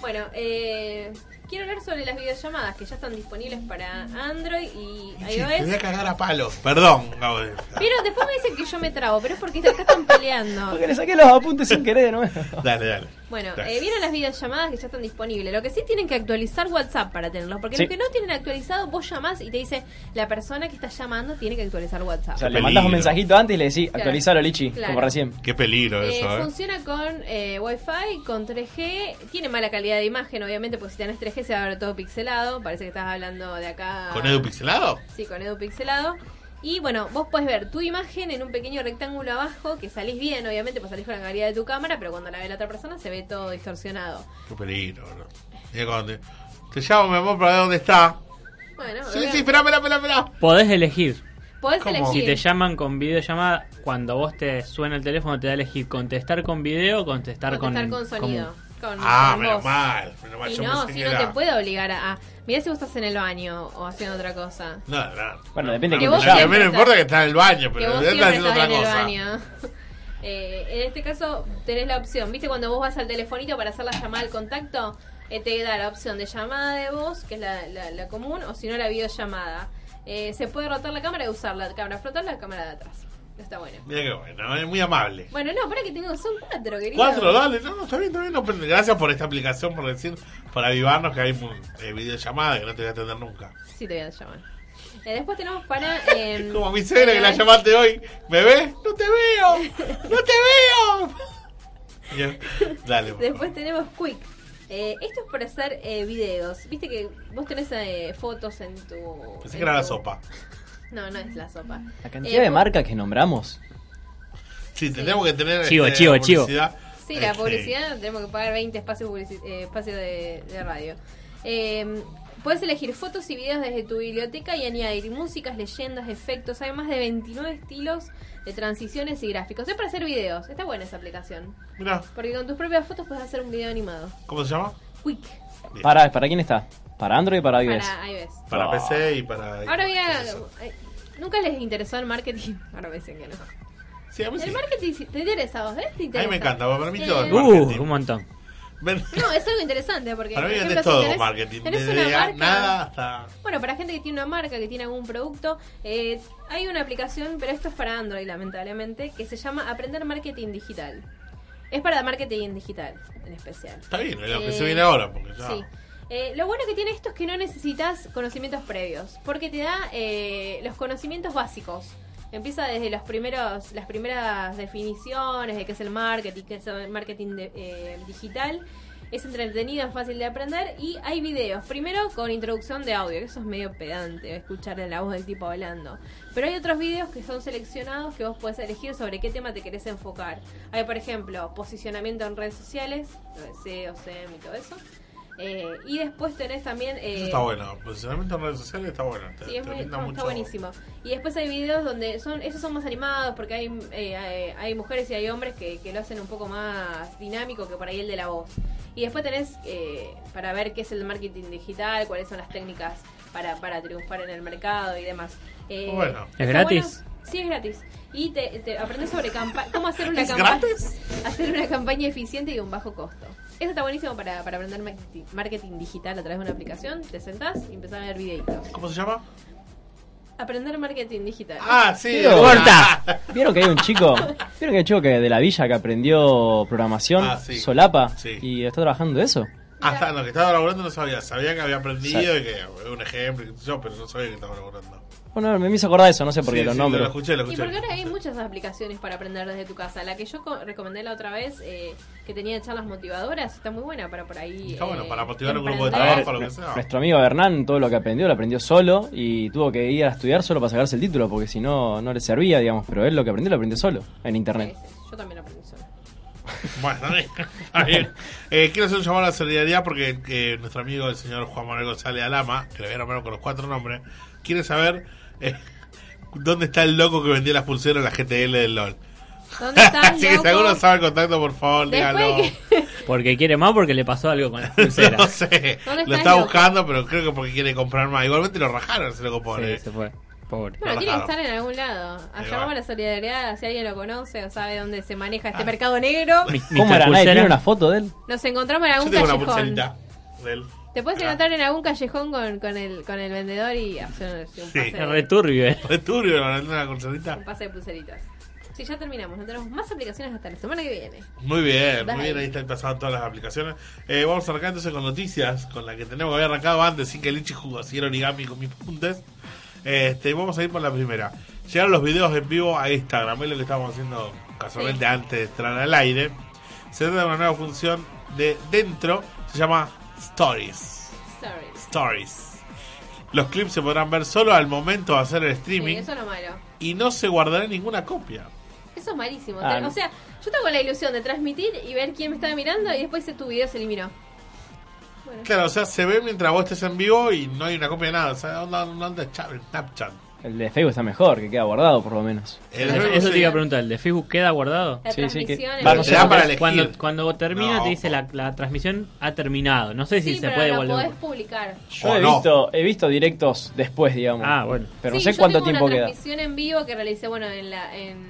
Speaker 8: Bueno, eh, quiero hablar sobre las videollamadas que ya están disponibles para Android y
Speaker 6: Sí, te voy a
Speaker 8: iOS.
Speaker 6: cagar a palos. Perdón, Gabo.
Speaker 8: Pero después me dicen que yo me trabo, pero es porque acá están peleando.
Speaker 7: Porque le saqué los apuntes sin querer de nuevo.
Speaker 6: Dale, dale.
Speaker 8: Bueno,
Speaker 7: Gracias.
Speaker 8: eh, vieron las videollamadas que ya están disponibles. Lo que sí tienen que actualizar WhatsApp para tenerlo. Porque
Speaker 7: Sí.
Speaker 8: lo que no tienen actualizado, vos llamás y te dice la persona que está llamando tiene que actualizar WhatsApp.
Speaker 7: O sea, le mandás un mensajito antes y le decís,
Speaker 8: Claro.
Speaker 7: actualizalo, Lichi,
Speaker 8: Claro.
Speaker 7: como recién.
Speaker 6: Qué peligro
Speaker 8: Eh, Funciona con eh, Wi-Fi, con 3G. Tiene mala calidad de imagen, obviamente, porque si tenés 3G se va a ver todo pixelado. Parece que estás hablando de acá.
Speaker 6: ¿Con Edu Pixelado?
Speaker 8: Sí, con Edu Pixelado. Y bueno, vos podés ver tu imagen en un pequeño rectángulo abajo, que salís bien, obviamente, pues salís con la calidad de tu cámara, pero cuando la ve la otra persona se ve todo distorsionado.
Speaker 6: Qué peligro, bro. Mira cuando te, te llamo, mi amor, para ver dónde está.
Speaker 8: Bueno,
Speaker 6: Sí,
Speaker 8: veo-
Speaker 6: sí, espera, espera, espera, espera.
Speaker 9: Podés elegir.
Speaker 8: Podés ¿Cómo? elegir.
Speaker 9: Si te llaman con videollamada, cuando vos te suena el teléfono, te da a elegir contestar con video o contestar,
Speaker 8: contestar
Speaker 9: con,
Speaker 8: con, sonido.
Speaker 9: con-
Speaker 8: Con,
Speaker 6: Ah,
Speaker 8: con
Speaker 6: menos
Speaker 8: voz.
Speaker 6: mal, menos mal,
Speaker 8: Y
Speaker 6: yo
Speaker 8: no,
Speaker 6: pensé
Speaker 8: si
Speaker 6: que
Speaker 8: no
Speaker 6: era-
Speaker 8: te puede obligar a. a- mirá si vos estás en el baño o haciendo otra cosa.
Speaker 6: No, no.
Speaker 7: Bueno, depende
Speaker 8: Que
Speaker 7: de
Speaker 8: vos
Speaker 7: quién te llame.
Speaker 6: A mí me importa que está en el baño,
Speaker 8: que
Speaker 6: pero
Speaker 8: vos
Speaker 6: él
Speaker 8: siempre
Speaker 6: está haciendo
Speaker 8: estás
Speaker 6: otra
Speaker 8: en el
Speaker 6: cosa.
Speaker 8: baño. Eh, en este caso tenés la opción, ¿viste? Cuando vos vas al telefonito para hacer la llamada al contacto, eh, te da la opción de llamada de voz, que es la, la- la común, o si no, la videollamada. Eh, se puede rotar la cámara y usar la cámara frontal la cámara de atrás. Está bueno.
Speaker 6: Mira qué bueno, es muy amable.
Speaker 8: Bueno, no, para que tengo, son cuatro, querido.
Speaker 6: Cuatro, dale, no, no, está bien, está bien. no, pero gracias por esta aplicación, por decir, por avivarnos que hay eh, videollamada que no te voy a atender nunca.
Speaker 8: Sí, te voy a llamar. Eh, después tenemos para. em,
Speaker 6: Como mi suegra que la
Speaker 8: iOS.
Speaker 6: llamaste hoy, ¿me ves? No te veo, no te veo. Bien, Dale, por
Speaker 8: Después tenemos Quick. Eh, esto es para hacer eh, videos. Viste que vos tenés eh, fotos en tu.
Speaker 6: Pensé
Speaker 8: en
Speaker 6: que era la
Speaker 8: tu-
Speaker 6: sopa.
Speaker 8: No, no es la sopa. Eh,
Speaker 7: La cantidad de marcas que nombramos.
Speaker 6: Sí, tendríamos que tener.
Speaker 7: Chivo,
Speaker 6: este,
Speaker 7: chivo, chivo.
Speaker 6: publicidad.
Speaker 8: Sí, la
Speaker 6: Este,
Speaker 8: publicidad tenemos que pagar 20 espacios, publici- eh, espacios de, de radio. Eh, puedes elegir fotos y videos desde tu biblioteca y añadir músicas, leyendas, efectos. Hay más de 29 estilos de transiciones y gráficos. Es para hacer videos. Está buena esa aplicación.
Speaker 6: Mirá.
Speaker 8: Porque con tus propias fotos puedes hacer un video animado.
Speaker 6: ¿Cómo se llama?
Speaker 8: Quick.
Speaker 7: Para, ¿Para quién está? ¿Para Android y para iOS?
Speaker 8: Para iOS.
Speaker 6: Para
Speaker 7: Ah.
Speaker 6: PC y para.
Speaker 8: Ahora voy a... eh, Nunca les interesó el marketing. Ahora me dicen que no.
Speaker 6: Sí, a mí
Speaker 8: El
Speaker 6: sí.
Speaker 8: marketing sí- te interesa a vos, ¿eh? Te interesa.
Speaker 6: me encanta, para mí
Speaker 8: Eh,
Speaker 6: todo.
Speaker 9: Uh, un montón.
Speaker 8: No, es algo interesante porque.
Speaker 6: Para mí
Speaker 8: por
Speaker 6: vendés
Speaker 8: ejemplo, si
Speaker 6: todo
Speaker 8: tenés-
Speaker 6: marketing,
Speaker 8: tenés
Speaker 6: desde
Speaker 8: una
Speaker 6: a-
Speaker 8: marca-
Speaker 6: nada hasta...
Speaker 8: Bueno, para gente que tiene una marca, que tiene algún producto, eh, hay una aplicación, pero esto es para Android, lamentablemente, que se llama Aprender Marketing Digital. Es para marketing digital, en especial. Eh,
Speaker 6: Está bien, es lo que se viene ahora, porque ya-
Speaker 8: Sí. Eh, lo bueno que tiene esto es que no necesitas conocimientos previos, porque te da eh, los conocimientos básicos. Empieza desde los primeros, las primeras definiciones de qué es el marketing, qué es el marketing de- eh, digital. Es entretenido, es fácil de aprender y hay videos. Primero con introducción de audio, que eso es medio pedante, escucharle la voz del tipo hablando. Pero hay otros videos que son seleccionados que vos podés elegir sobre qué tema te querés enfocar. Hay, por ejemplo, posicionamiento en redes sociales, lo de E SEO, SEM y todo eso. Eh, y después tenés también... eh,
Speaker 6: Eso está bueno. Posicionamiento en redes sociales está bueno. Te,
Speaker 8: Sí, es
Speaker 6: te
Speaker 8: muy-
Speaker 6: brinda
Speaker 8: no,
Speaker 6: mucho.
Speaker 8: está buenísimo. Y después hay videos donde son, esos son más animados porque hay, eh, hay, hay mujeres y hay hombres que, que lo hacen un poco más dinámico que por ahí el de la voz. Y después tenés eh, para ver qué es el marketing digital, cuáles son las técnicas para, para triunfar en el mercado y demás. Eh,
Speaker 9: Bueno. ¿Es
Speaker 8: está
Speaker 9: gratis?
Speaker 8: bueno. Sí, es gratis. Y te, te aprendes sobre campa- cómo hacer una
Speaker 10: ¿Es
Speaker 8: campaña hacer una campaña eficiente y a un bajo costo. Eso está buenísimo para, para aprender marketing, marketing digital a través de una aplicación. Te sentás y empezás a ver videitos.
Speaker 6: ¿Cómo se llama?
Speaker 8: Eh, Aprender marketing digital.
Speaker 6: Ah, sí.
Speaker 7: ¡Corta! ¿Vieron que hay un chico? ¿Vieron que hay un chico que de la villa que aprendió programación
Speaker 6: Ah, sí.
Speaker 7: solapa y está trabajando de eso?
Speaker 6: Hasta lo que estaba laburando no sabía. Sabía que había aprendido
Speaker 7: Sa-
Speaker 6: y que era un ejemplo y qué sé yo, pero no sabía que estaba laburando.
Speaker 7: Bueno, me me hizo acordar eso, no sé por qué
Speaker 6: Sí,
Speaker 7: los
Speaker 6: sí,
Speaker 7: nombres.
Speaker 6: Lo escuché, lo
Speaker 8: Y
Speaker 6: escuché.
Speaker 8: porque ahora hay muchas aplicaciones para aprender desde tu casa. La que yo co- recomendé la otra vez, eh, que tenía charlas motivadoras, está muy buena para por ahí.
Speaker 6: Está bueno,
Speaker 8: eh,
Speaker 6: para motivar un grupo de
Speaker 8: emprender.
Speaker 7: A ver,
Speaker 6: trabajo, lo que sea.
Speaker 7: nuestro amigo Hernán, todo lo que aprendió, lo aprendió solo y tuvo que ir a estudiar solo para sacarse el título, porque si no, no le servía, digamos. Pero él lo que aprendió, lo aprendió solo, en internet.
Speaker 8: Yo también lo aprendí sola.
Speaker 6: Bueno, está bien, está bien. Eh, quiero hacer un llamado a la solidaridad porque eh, nuestro amigo el señor Juan Manuel González Alama, que le voy a nombrar con los cuatro nombres, quiere saber eh, dónde está el loco que vendió las pulseras en la GTL del LOL.
Speaker 8: ¿Dónde está el
Speaker 6: Así que si
Speaker 8: loco?
Speaker 6: alguno sabe el contacto, por favor,
Speaker 8: Después
Speaker 6: dígalo.
Speaker 9: Porque quiere más porque le pasó algo con las pulseras.
Speaker 6: No sé,
Speaker 8: ¿Dónde
Speaker 6: lo
Speaker 8: está
Speaker 6: está
Speaker 8: el loco?
Speaker 6: buscando, pero creo que porque quiere comprar más. Igualmente lo rajaron, se lo compone.
Speaker 9: Sí, se fue. Pobre.
Speaker 8: Bueno, tiene que estar en algún lado. A
Speaker 6: Ahí
Speaker 8: llamar
Speaker 6: va.
Speaker 8: a la solidaridad, si alguien lo conoce o sabe dónde se maneja
Speaker 6: Ah.
Speaker 8: este mercado negro.
Speaker 7: ¿Cómo era? ¿Nadie
Speaker 9: Pulsera?
Speaker 7: tiene una foto de él?
Speaker 8: Nos encontramos en
Speaker 6: Yo
Speaker 8: algún
Speaker 6: tengo una
Speaker 8: callejón.
Speaker 6: pulserita de él.
Speaker 8: Te puedes encontrar en algún callejón con, con, el, con el vendedor y hacer un, un pase,
Speaker 9: Es re turbio, eh.
Speaker 6: Returbio, una pulserita.
Speaker 8: un pase de pulseritas. Sí, ya terminamos. No tenemos más aplicaciones hasta la semana que viene.
Speaker 6: Muy bien, muy
Speaker 8: Bye.
Speaker 6: bien, ahí están pasando todas las aplicaciones. Eh, vamos a arrancar entonces con noticias, con la que tenemos que haber arrancado antes, sin que Lichi jugasiera origami con mis puntes. Este, vamos a ir por la primera. Llegaron los videos en vivo a Instagram, es lo que estábamos haciendo casualmente antes de entrar al aire. Se trata de una nueva función de dentro, se llama Stories.
Speaker 8: Sorry.
Speaker 6: Stories. Los clips se podrán ver solo al momento de hacer el
Speaker 8: Sí,
Speaker 6: streaming
Speaker 8: eso es lo malo.
Speaker 6: y no se guardará ninguna copia.
Speaker 8: Eso es malísimo.
Speaker 6: Ah, no.
Speaker 8: o sea, yo tengo la ilusión de transmitir y ver quién me estaba mirando y después tu video se eliminó. Bueno.
Speaker 6: Claro, o sea, se ve mientras vos estés en vivo y no hay una copia de nada. O sea, onda, onda, onda cha- Snapchat.
Speaker 7: El de Facebook está mejor, que queda guardado por lo menos.
Speaker 6: El-
Speaker 9: Eso, eso te iba a preguntar, ¿el de Facebook queda guardado?
Speaker 7: La Sí, sí, que- transmisión,
Speaker 6: Pero te da para elegir.
Speaker 9: cuando, cuando termina
Speaker 6: No.
Speaker 9: te dice la, la transmisión ha terminado. No sé si
Speaker 8: Sí,
Speaker 9: se
Speaker 8: pero
Speaker 9: puede
Speaker 8: lo
Speaker 9: volver.
Speaker 8: podés publicar.
Speaker 7: Yo he, visto, he visto directos después, digamos. Ah, bueno. Pero no
Speaker 8: Sí,
Speaker 7: sé
Speaker 8: yo
Speaker 7: cuánto
Speaker 8: tengo
Speaker 7: tiempo
Speaker 8: una
Speaker 7: queda.
Speaker 8: transmisión en vivo que realicé, bueno, en la, en,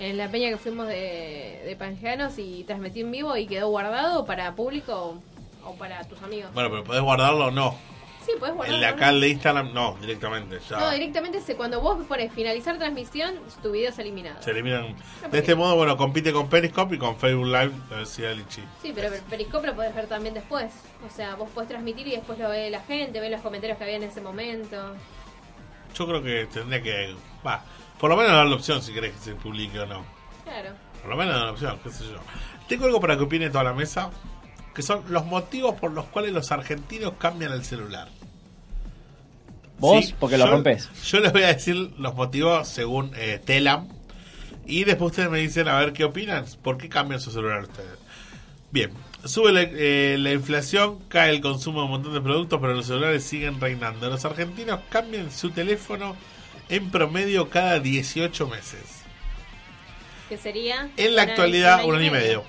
Speaker 8: en la peña que fuimos de, de Pangeanos y transmití en vivo y quedó guardado para público o, o para tus amigos.
Speaker 6: Bueno, pero podés guardarlo o no.
Speaker 8: sí, podés guardarlo.
Speaker 6: El de acá, el de Instagram, no, directamente. Ya
Speaker 8: No, directamente se- cuando vos pones finalizar transmisión, tu video es eliminado.
Speaker 6: se eliminan. De este modo, bueno, compite con Periscope y con Facebook Live, lo decía Lichi.
Speaker 8: Sí, pero per- Periscope lo podés ver también después. O sea, vos podés transmitir y después lo ve la gente, ve los comentarios que había en ese momento.
Speaker 6: Yo creo que tendría que. Va, por lo menos dar la opción si querés que se publique o no.
Speaker 8: Claro.
Speaker 6: Por lo menos dar la opción, qué sé yo. Tengo algo para que opine toda la mesa, que son los motivos por los cuales los argentinos cambian el celular.
Speaker 7: Vos,
Speaker 6: Sí,
Speaker 7: porque lo
Speaker 6: yo-
Speaker 7: rompes.
Speaker 6: Yo les voy a decir los motivos según eh, Telam. Y después ustedes me dicen a ver qué opinan. ¿Por qué cambian su celular ustedes? Bien, sube la, eh, la inflación, cae el consumo de un montón de productos, pero los celulares siguen reinando. Los argentinos cambian su teléfono en promedio cada 18 meses.
Speaker 8: Que sería...
Speaker 6: En la
Speaker 8: una-
Speaker 6: actualidad,
Speaker 8: un
Speaker 6: un año y medio.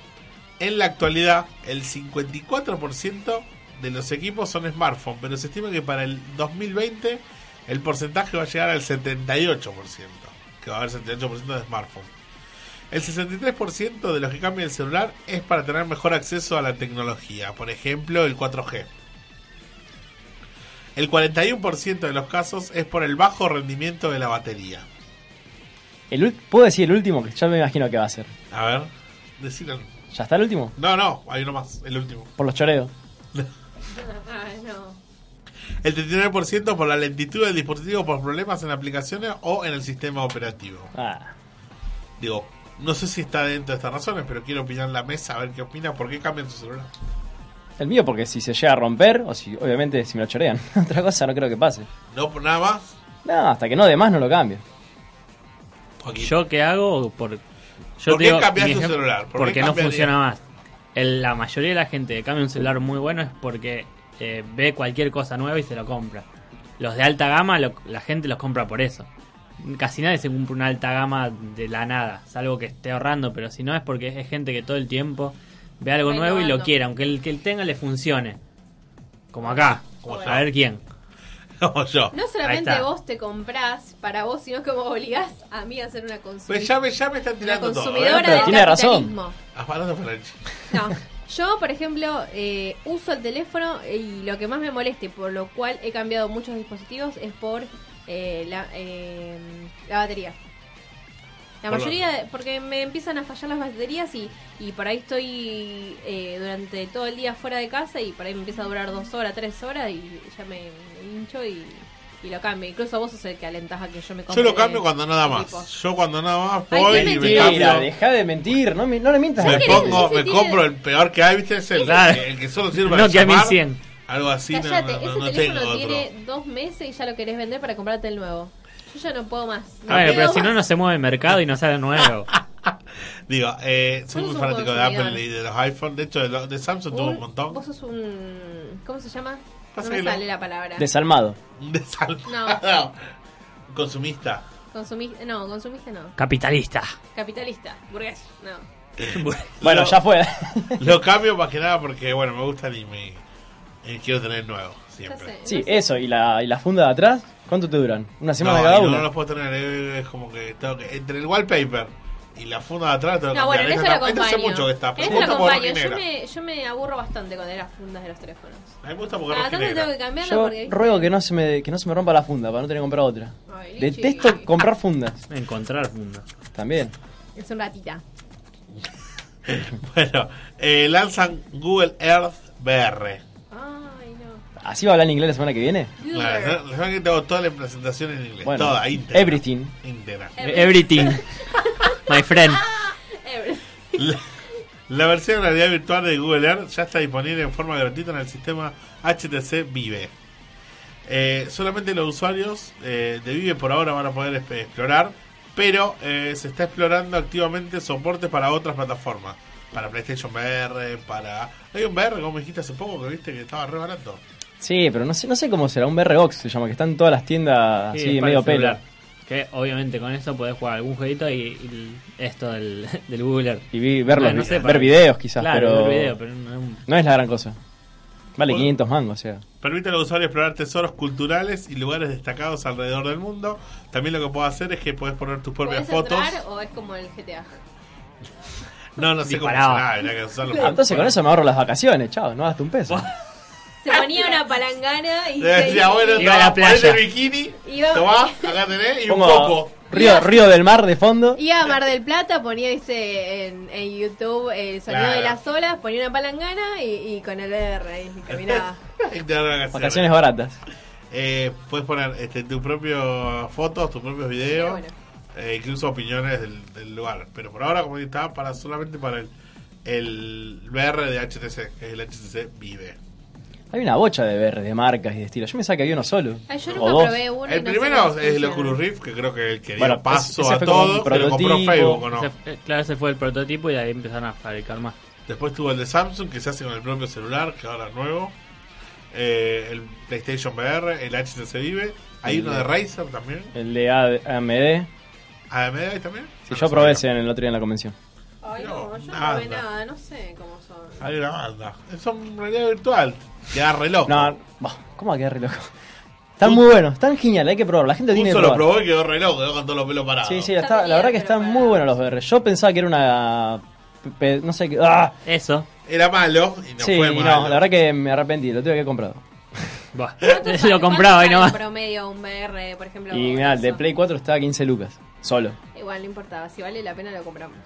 Speaker 6: En la actualidad, el 54% de los equipos son smartphone, pero se estima que para el 2020 el porcentaje va a llegar al 78%, que va a haber 78% de smartphone. El 63% de los que cambian el celular es para tener mejor acceso a la tecnología, por ejemplo el 4G. El 41% de los casos es por el bajo rendimiento de la batería.
Speaker 7: El ul- ¿Puedo decir el último? Que ya me imagino que va a ser.
Speaker 6: A ver, decir algo.
Speaker 7: ¿Ya está el último?
Speaker 6: No, no, hay uno más, el último.
Speaker 7: Por los choreos.
Speaker 8: Ay, Ah, no.
Speaker 6: El 39% por la lentitud del dispositivo por problemas en aplicaciones o en el sistema operativo.
Speaker 7: Ah.
Speaker 6: Digo, no sé si está dentro de estas razones, pero quiero opinar la mesa a ver qué opina, por qué cambian su celular.
Speaker 7: El mío porque si se llega a romper, o si obviamente si me lo chorean, otra cosa no creo que pase.
Speaker 6: No, por nada más.
Speaker 7: No, hasta que no de más no lo cambio.
Speaker 9: ¿Yo qué hago? Por, yo te
Speaker 7: ¿Por qué
Speaker 9: digo,
Speaker 7: cambiás
Speaker 9: mi
Speaker 7: tu
Speaker 9: ejem-
Speaker 7: celular? ¿Por qué
Speaker 9: porque no
Speaker 7: cambiarías?
Speaker 9: funciona más. El- la mayoría de la gente que cambia un celular muy bueno es porque eh, ve cualquier cosa nueva y se lo compra. Los de alta gama, lo- la gente los compra por eso. Casi nadie se compra una alta gama de la nada, salvo que esté ahorrando, pero si no es porque es gente que todo el tiempo ve algo nuevo y lo quiere, aunque el que él tenga le funcione. Como acá, a ver quién.
Speaker 6: Como yo.
Speaker 8: No
Speaker 9: Ahí
Speaker 8: solamente
Speaker 9: está.
Speaker 8: vos te comprás para vos, sino que vos obligás a mí a hacer una consulta.
Speaker 6: Pues ya me, ya me están tirando todo.
Speaker 8: consumidora
Speaker 6: ¿eh?
Speaker 8: Pero del tiene razón. capitalismo.
Speaker 6: Ah, parando, Franchi.
Speaker 8: No. Yo, por ejemplo, eh, uso el teléfono y lo que más me moleste, por lo cual he cambiado muchos dispositivos, es por eh, la, eh, la batería. La
Speaker 12: Por la-
Speaker 8: mayoría, de- porque me empiezan a fallar las baterías y, y por ahí estoy eh, durante todo el día fuera de casa y por ahí me empieza a durar dos horas, tres horas y ya me, me hincho y, y lo cambio. Incluso vos sos el que alentás a que yo me
Speaker 6: Yo
Speaker 8: compre
Speaker 6: lo cambio cuando nada
Speaker 8: el
Speaker 6: más.
Speaker 8: equipo.
Speaker 6: Yo cuando nada más
Speaker 8: Ay,
Speaker 6: voy
Speaker 8: qué
Speaker 6: y me
Speaker 8: mentira,
Speaker 6: cambio.
Speaker 7: Deja de mentir, no, me- no le mientas.
Speaker 6: Me pongo, me compro el peor que hay, ¿viste? Es el, el que solo sirve para
Speaker 9: Nokia
Speaker 6: llamar.
Speaker 9: 1100.
Speaker 6: Algo así, no,
Speaker 8: Callate,
Speaker 6: no, no,
Speaker 8: ese
Speaker 6: no tengo
Speaker 8: teléfono
Speaker 6: otro.
Speaker 8: tiene dos meses y ya lo querés vender para comprarte el nuevo. Yo ya no puedo más. No
Speaker 9: Bueno,
Speaker 8: puedo
Speaker 9: pero si
Speaker 8: más.
Speaker 9: no, no se mueve el mercado y no sale nuevo.
Speaker 6: Digo, eh, soy
Speaker 8: Vos sos
Speaker 6: muy
Speaker 8: un
Speaker 6: fanático de
Speaker 8: consumidor.
Speaker 6: Apple y de los iPhone. De hecho, de, lo- de Samsung tuvo un montón.
Speaker 8: Vos sos un. ¿Cómo se llama? No me
Speaker 6: Pásalo.
Speaker 8: sale la palabra.
Speaker 7: Desalmado.
Speaker 6: Desalmado. Consumista.
Speaker 8: Consumiste, no, consumiste no.
Speaker 9: Capitalista.
Speaker 8: Capitalista, burgués, no.
Speaker 7: Bueno, ya fue.
Speaker 6: Lo cambio más que nada porque, bueno, me gustan y me y quiero tener nuevo siempre.
Speaker 7: Sí, eso, y la, y la funda de atrás, ¿cuánto te duran? ¿Una semana
Speaker 6: no,
Speaker 7: cada
Speaker 6: y no,
Speaker 7: uno?
Speaker 6: no los puedo tener, eh, es como que tengo que. Entre el wallpaper y la funda de atrás tengo que
Speaker 8: No, bueno, en eso
Speaker 6: cambiar. Esta-
Speaker 8: lo
Speaker 6: esta hace
Speaker 8: acompaño.
Speaker 6: mucho que está, pero
Speaker 8: En
Speaker 6: me
Speaker 8: eso
Speaker 6: gusta
Speaker 8: lo
Speaker 6: porque es
Speaker 8: acompaño. Yo
Speaker 6: negra.
Speaker 8: me, yo me aburro bastante con las fundas de los teléfonos.
Speaker 6: A mí me gusta porque
Speaker 8: Cada
Speaker 6: es
Speaker 8: tanto
Speaker 6: negra.
Speaker 8: Ah, tengo que cambiarlo
Speaker 7: Yo
Speaker 8: porque.
Speaker 7: ruego que no, se me, que no se me rompa la funda para no tener que comprar otra.
Speaker 8: Ay, Lichi.
Speaker 7: Detesto comprar fundas.
Speaker 9: Encontrar fundas.
Speaker 7: También.
Speaker 8: Es un ratita.
Speaker 6: Bueno, eh, lanzan Google Earth VR.
Speaker 8: Ay, no.
Speaker 7: ¿Así va a hablar en inglés la semana que viene?
Speaker 6: Claro, la verdad que tengo toda la presentación en inglés.
Speaker 7: Bueno,
Speaker 6: toda, íntegra.
Speaker 7: everything.
Speaker 6: Íntegra.
Speaker 9: Everything. My friend.
Speaker 8: Eh,
Speaker 6: La, la versión de realidad virtual de Google Earth ya está disponible en forma gratuita en el sistema HTC Vive. Eh, solamente los usuarios eh, de Vive por ahora van a poder esp- explorar, pero eh, se está explorando activamente soportes para otras plataformas. Para PlayStation VR, para... Hay un VR, como me dijiste hace poco, que viste que estaba re barato.
Speaker 7: Sí, pero no sé, no sé cómo será. Un BR Box se llama, que están todas las tiendas
Speaker 9: Sí,
Speaker 7: así,
Speaker 9: para
Speaker 7: medio
Speaker 9: el celular.
Speaker 7: pelo.
Speaker 9: Que obviamente con eso podés jugar algún jueguito y, y esto del, del Google Earth.
Speaker 7: Y vi- verlo,
Speaker 9: Bueno, no sé,
Speaker 7: ver
Speaker 9: para-
Speaker 7: videos quizás,
Speaker 9: Claro,
Speaker 7: pero...
Speaker 9: ver video, pero no es un-
Speaker 7: no es la gran cosa. Vale, 500 mangos, o sea.
Speaker 6: Permite al usuario explorar tesoros culturales y lugares destacados alrededor del mundo. También lo que puedo hacer es que podés poner tus propias
Speaker 8: ¿Puedes
Speaker 6: fotos.
Speaker 8: entrar o es como el GTA?
Speaker 6: No, no sé cómo
Speaker 7: Disparaba.
Speaker 6: será, habrá que usarlo.
Speaker 7: Ah, Entonces con eso me ahorro las vacaciones, chao, no gasto un peso.
Speaker 8: Se ponía una palangana y.
Speaker 6: Le Eh, decía,
Speaker 8: se-
Speaker 6: bueno,
Speaker 7: Iba a la
Speaker 6: toma, ponete
Speaker 7: playa.
Speaker 6: el bikini,
Speaker 8: Iba-
Speaker 6: tomá, acá tenés, y
Speaker 7: Pongo
Speaker 6: un poco.
Speaker 7: Río, río del mar de fondo.
Speaker 8: Iba a Mar del Plata, ponía ese en, en YouTube eh, el sonido
Speaker 7: Claro.
Speaker 8: de las olas, ponía una palangana y, y con el R y
Speaker 6: Este
Speaker 8: caminaba.
Speaker 6: Y te dan vacaciones.
Speaker 7: Vacaciones baratas.
Speaker 6: Eh, puedes poner este, tus propias fotos, tus propios videos, eh, incluso opiniones del, del lugar. Pero por ahora, como digo, está para, solamente para el, el VR de HTC, que es el HTC Vive.
Speaker 7: Hay una bocha de ver, de marcas y de estilos. Yo pensaba que había uno solo.
Speaker 8: Ay, yo
Speaker 7: O
Speaker 8: nunca
Speaker 7: dos.
Speaker 8: probé uno. y
Speaker 6: El
Speaker 8: no sé
Speaker 6: primero
Speaker 8: cómo
Speaker 6: es el
Speaker 8: funciona.
Speaker 6: Oculus Rift, que creo que el que dio
Speaker 7: Bueno, ese- ese
Speaker 6: paso a
Speaker 7: fue como un
Speaker 6: todos, que lo compró
Speaker 7: prototipo.
Speaker 6: Facebook, ¿o no?
Speaker 9: Ese fue- eh, claro, ese fue el prototipo y de ahí empezaron a fabricar más.
Speaker 6: Después tuvo el de Samsung que se hace con el propio celular, que ahora es nuevo. Eh, el PlayStation VR, el HTC Vive. Hay
Speaker 7: El
Speaker 6: uno
Speaker 7: de-
Speaker 6: de Razer también.
Speaker 7: El de AD- AMD.
Speaker 6: AMD hay también. Ah,
Speaker 7: Si yo probé ese en el otro día en la convención.
Speaker 8: Ay, no, yo no
Speaker 6: nada.
Speaker 8: probé nada, no sé cómo son.
Speaker 6: Hay una banda. Es un realidad virtual. Queda reloj.
Speaker 7: No, bah, ¿cómo va a quedar reloj? Están muy buenos, están geniales, hay que probar. La gente tiene que
Speaker 6: Justo lo
Speaker 7: probar.
Speaker 6: probó y quedó re loco, quedó con todos los pelos parados.
Speaker 7: Sí, sí, está- la verdad que están muy buenos los BR. Yo pensaba que era una. pe- no sé qué. ¡Ah!
Speaker 9: Eso.
Speaker 6: Era malo y no
Speaker 7: sí,
Speaker 6: fue
Speaker 7: no,
Speaker 6: malo.
Speaker 7: la verdad que me arrepentí, lo tuve que haber comprado.
Speaker 9: lo compraba y
Speaker 8: ¿Cuánto
Speaker 9: nomás.
Speaker 8: sale en promedio un BR, por ejemplo?
Speaker 7: Y mira, el de Play 4 estaba 15 lucas, solo.
Speaker 8: Igual, no importaba. Si vale la pena, lo compramos.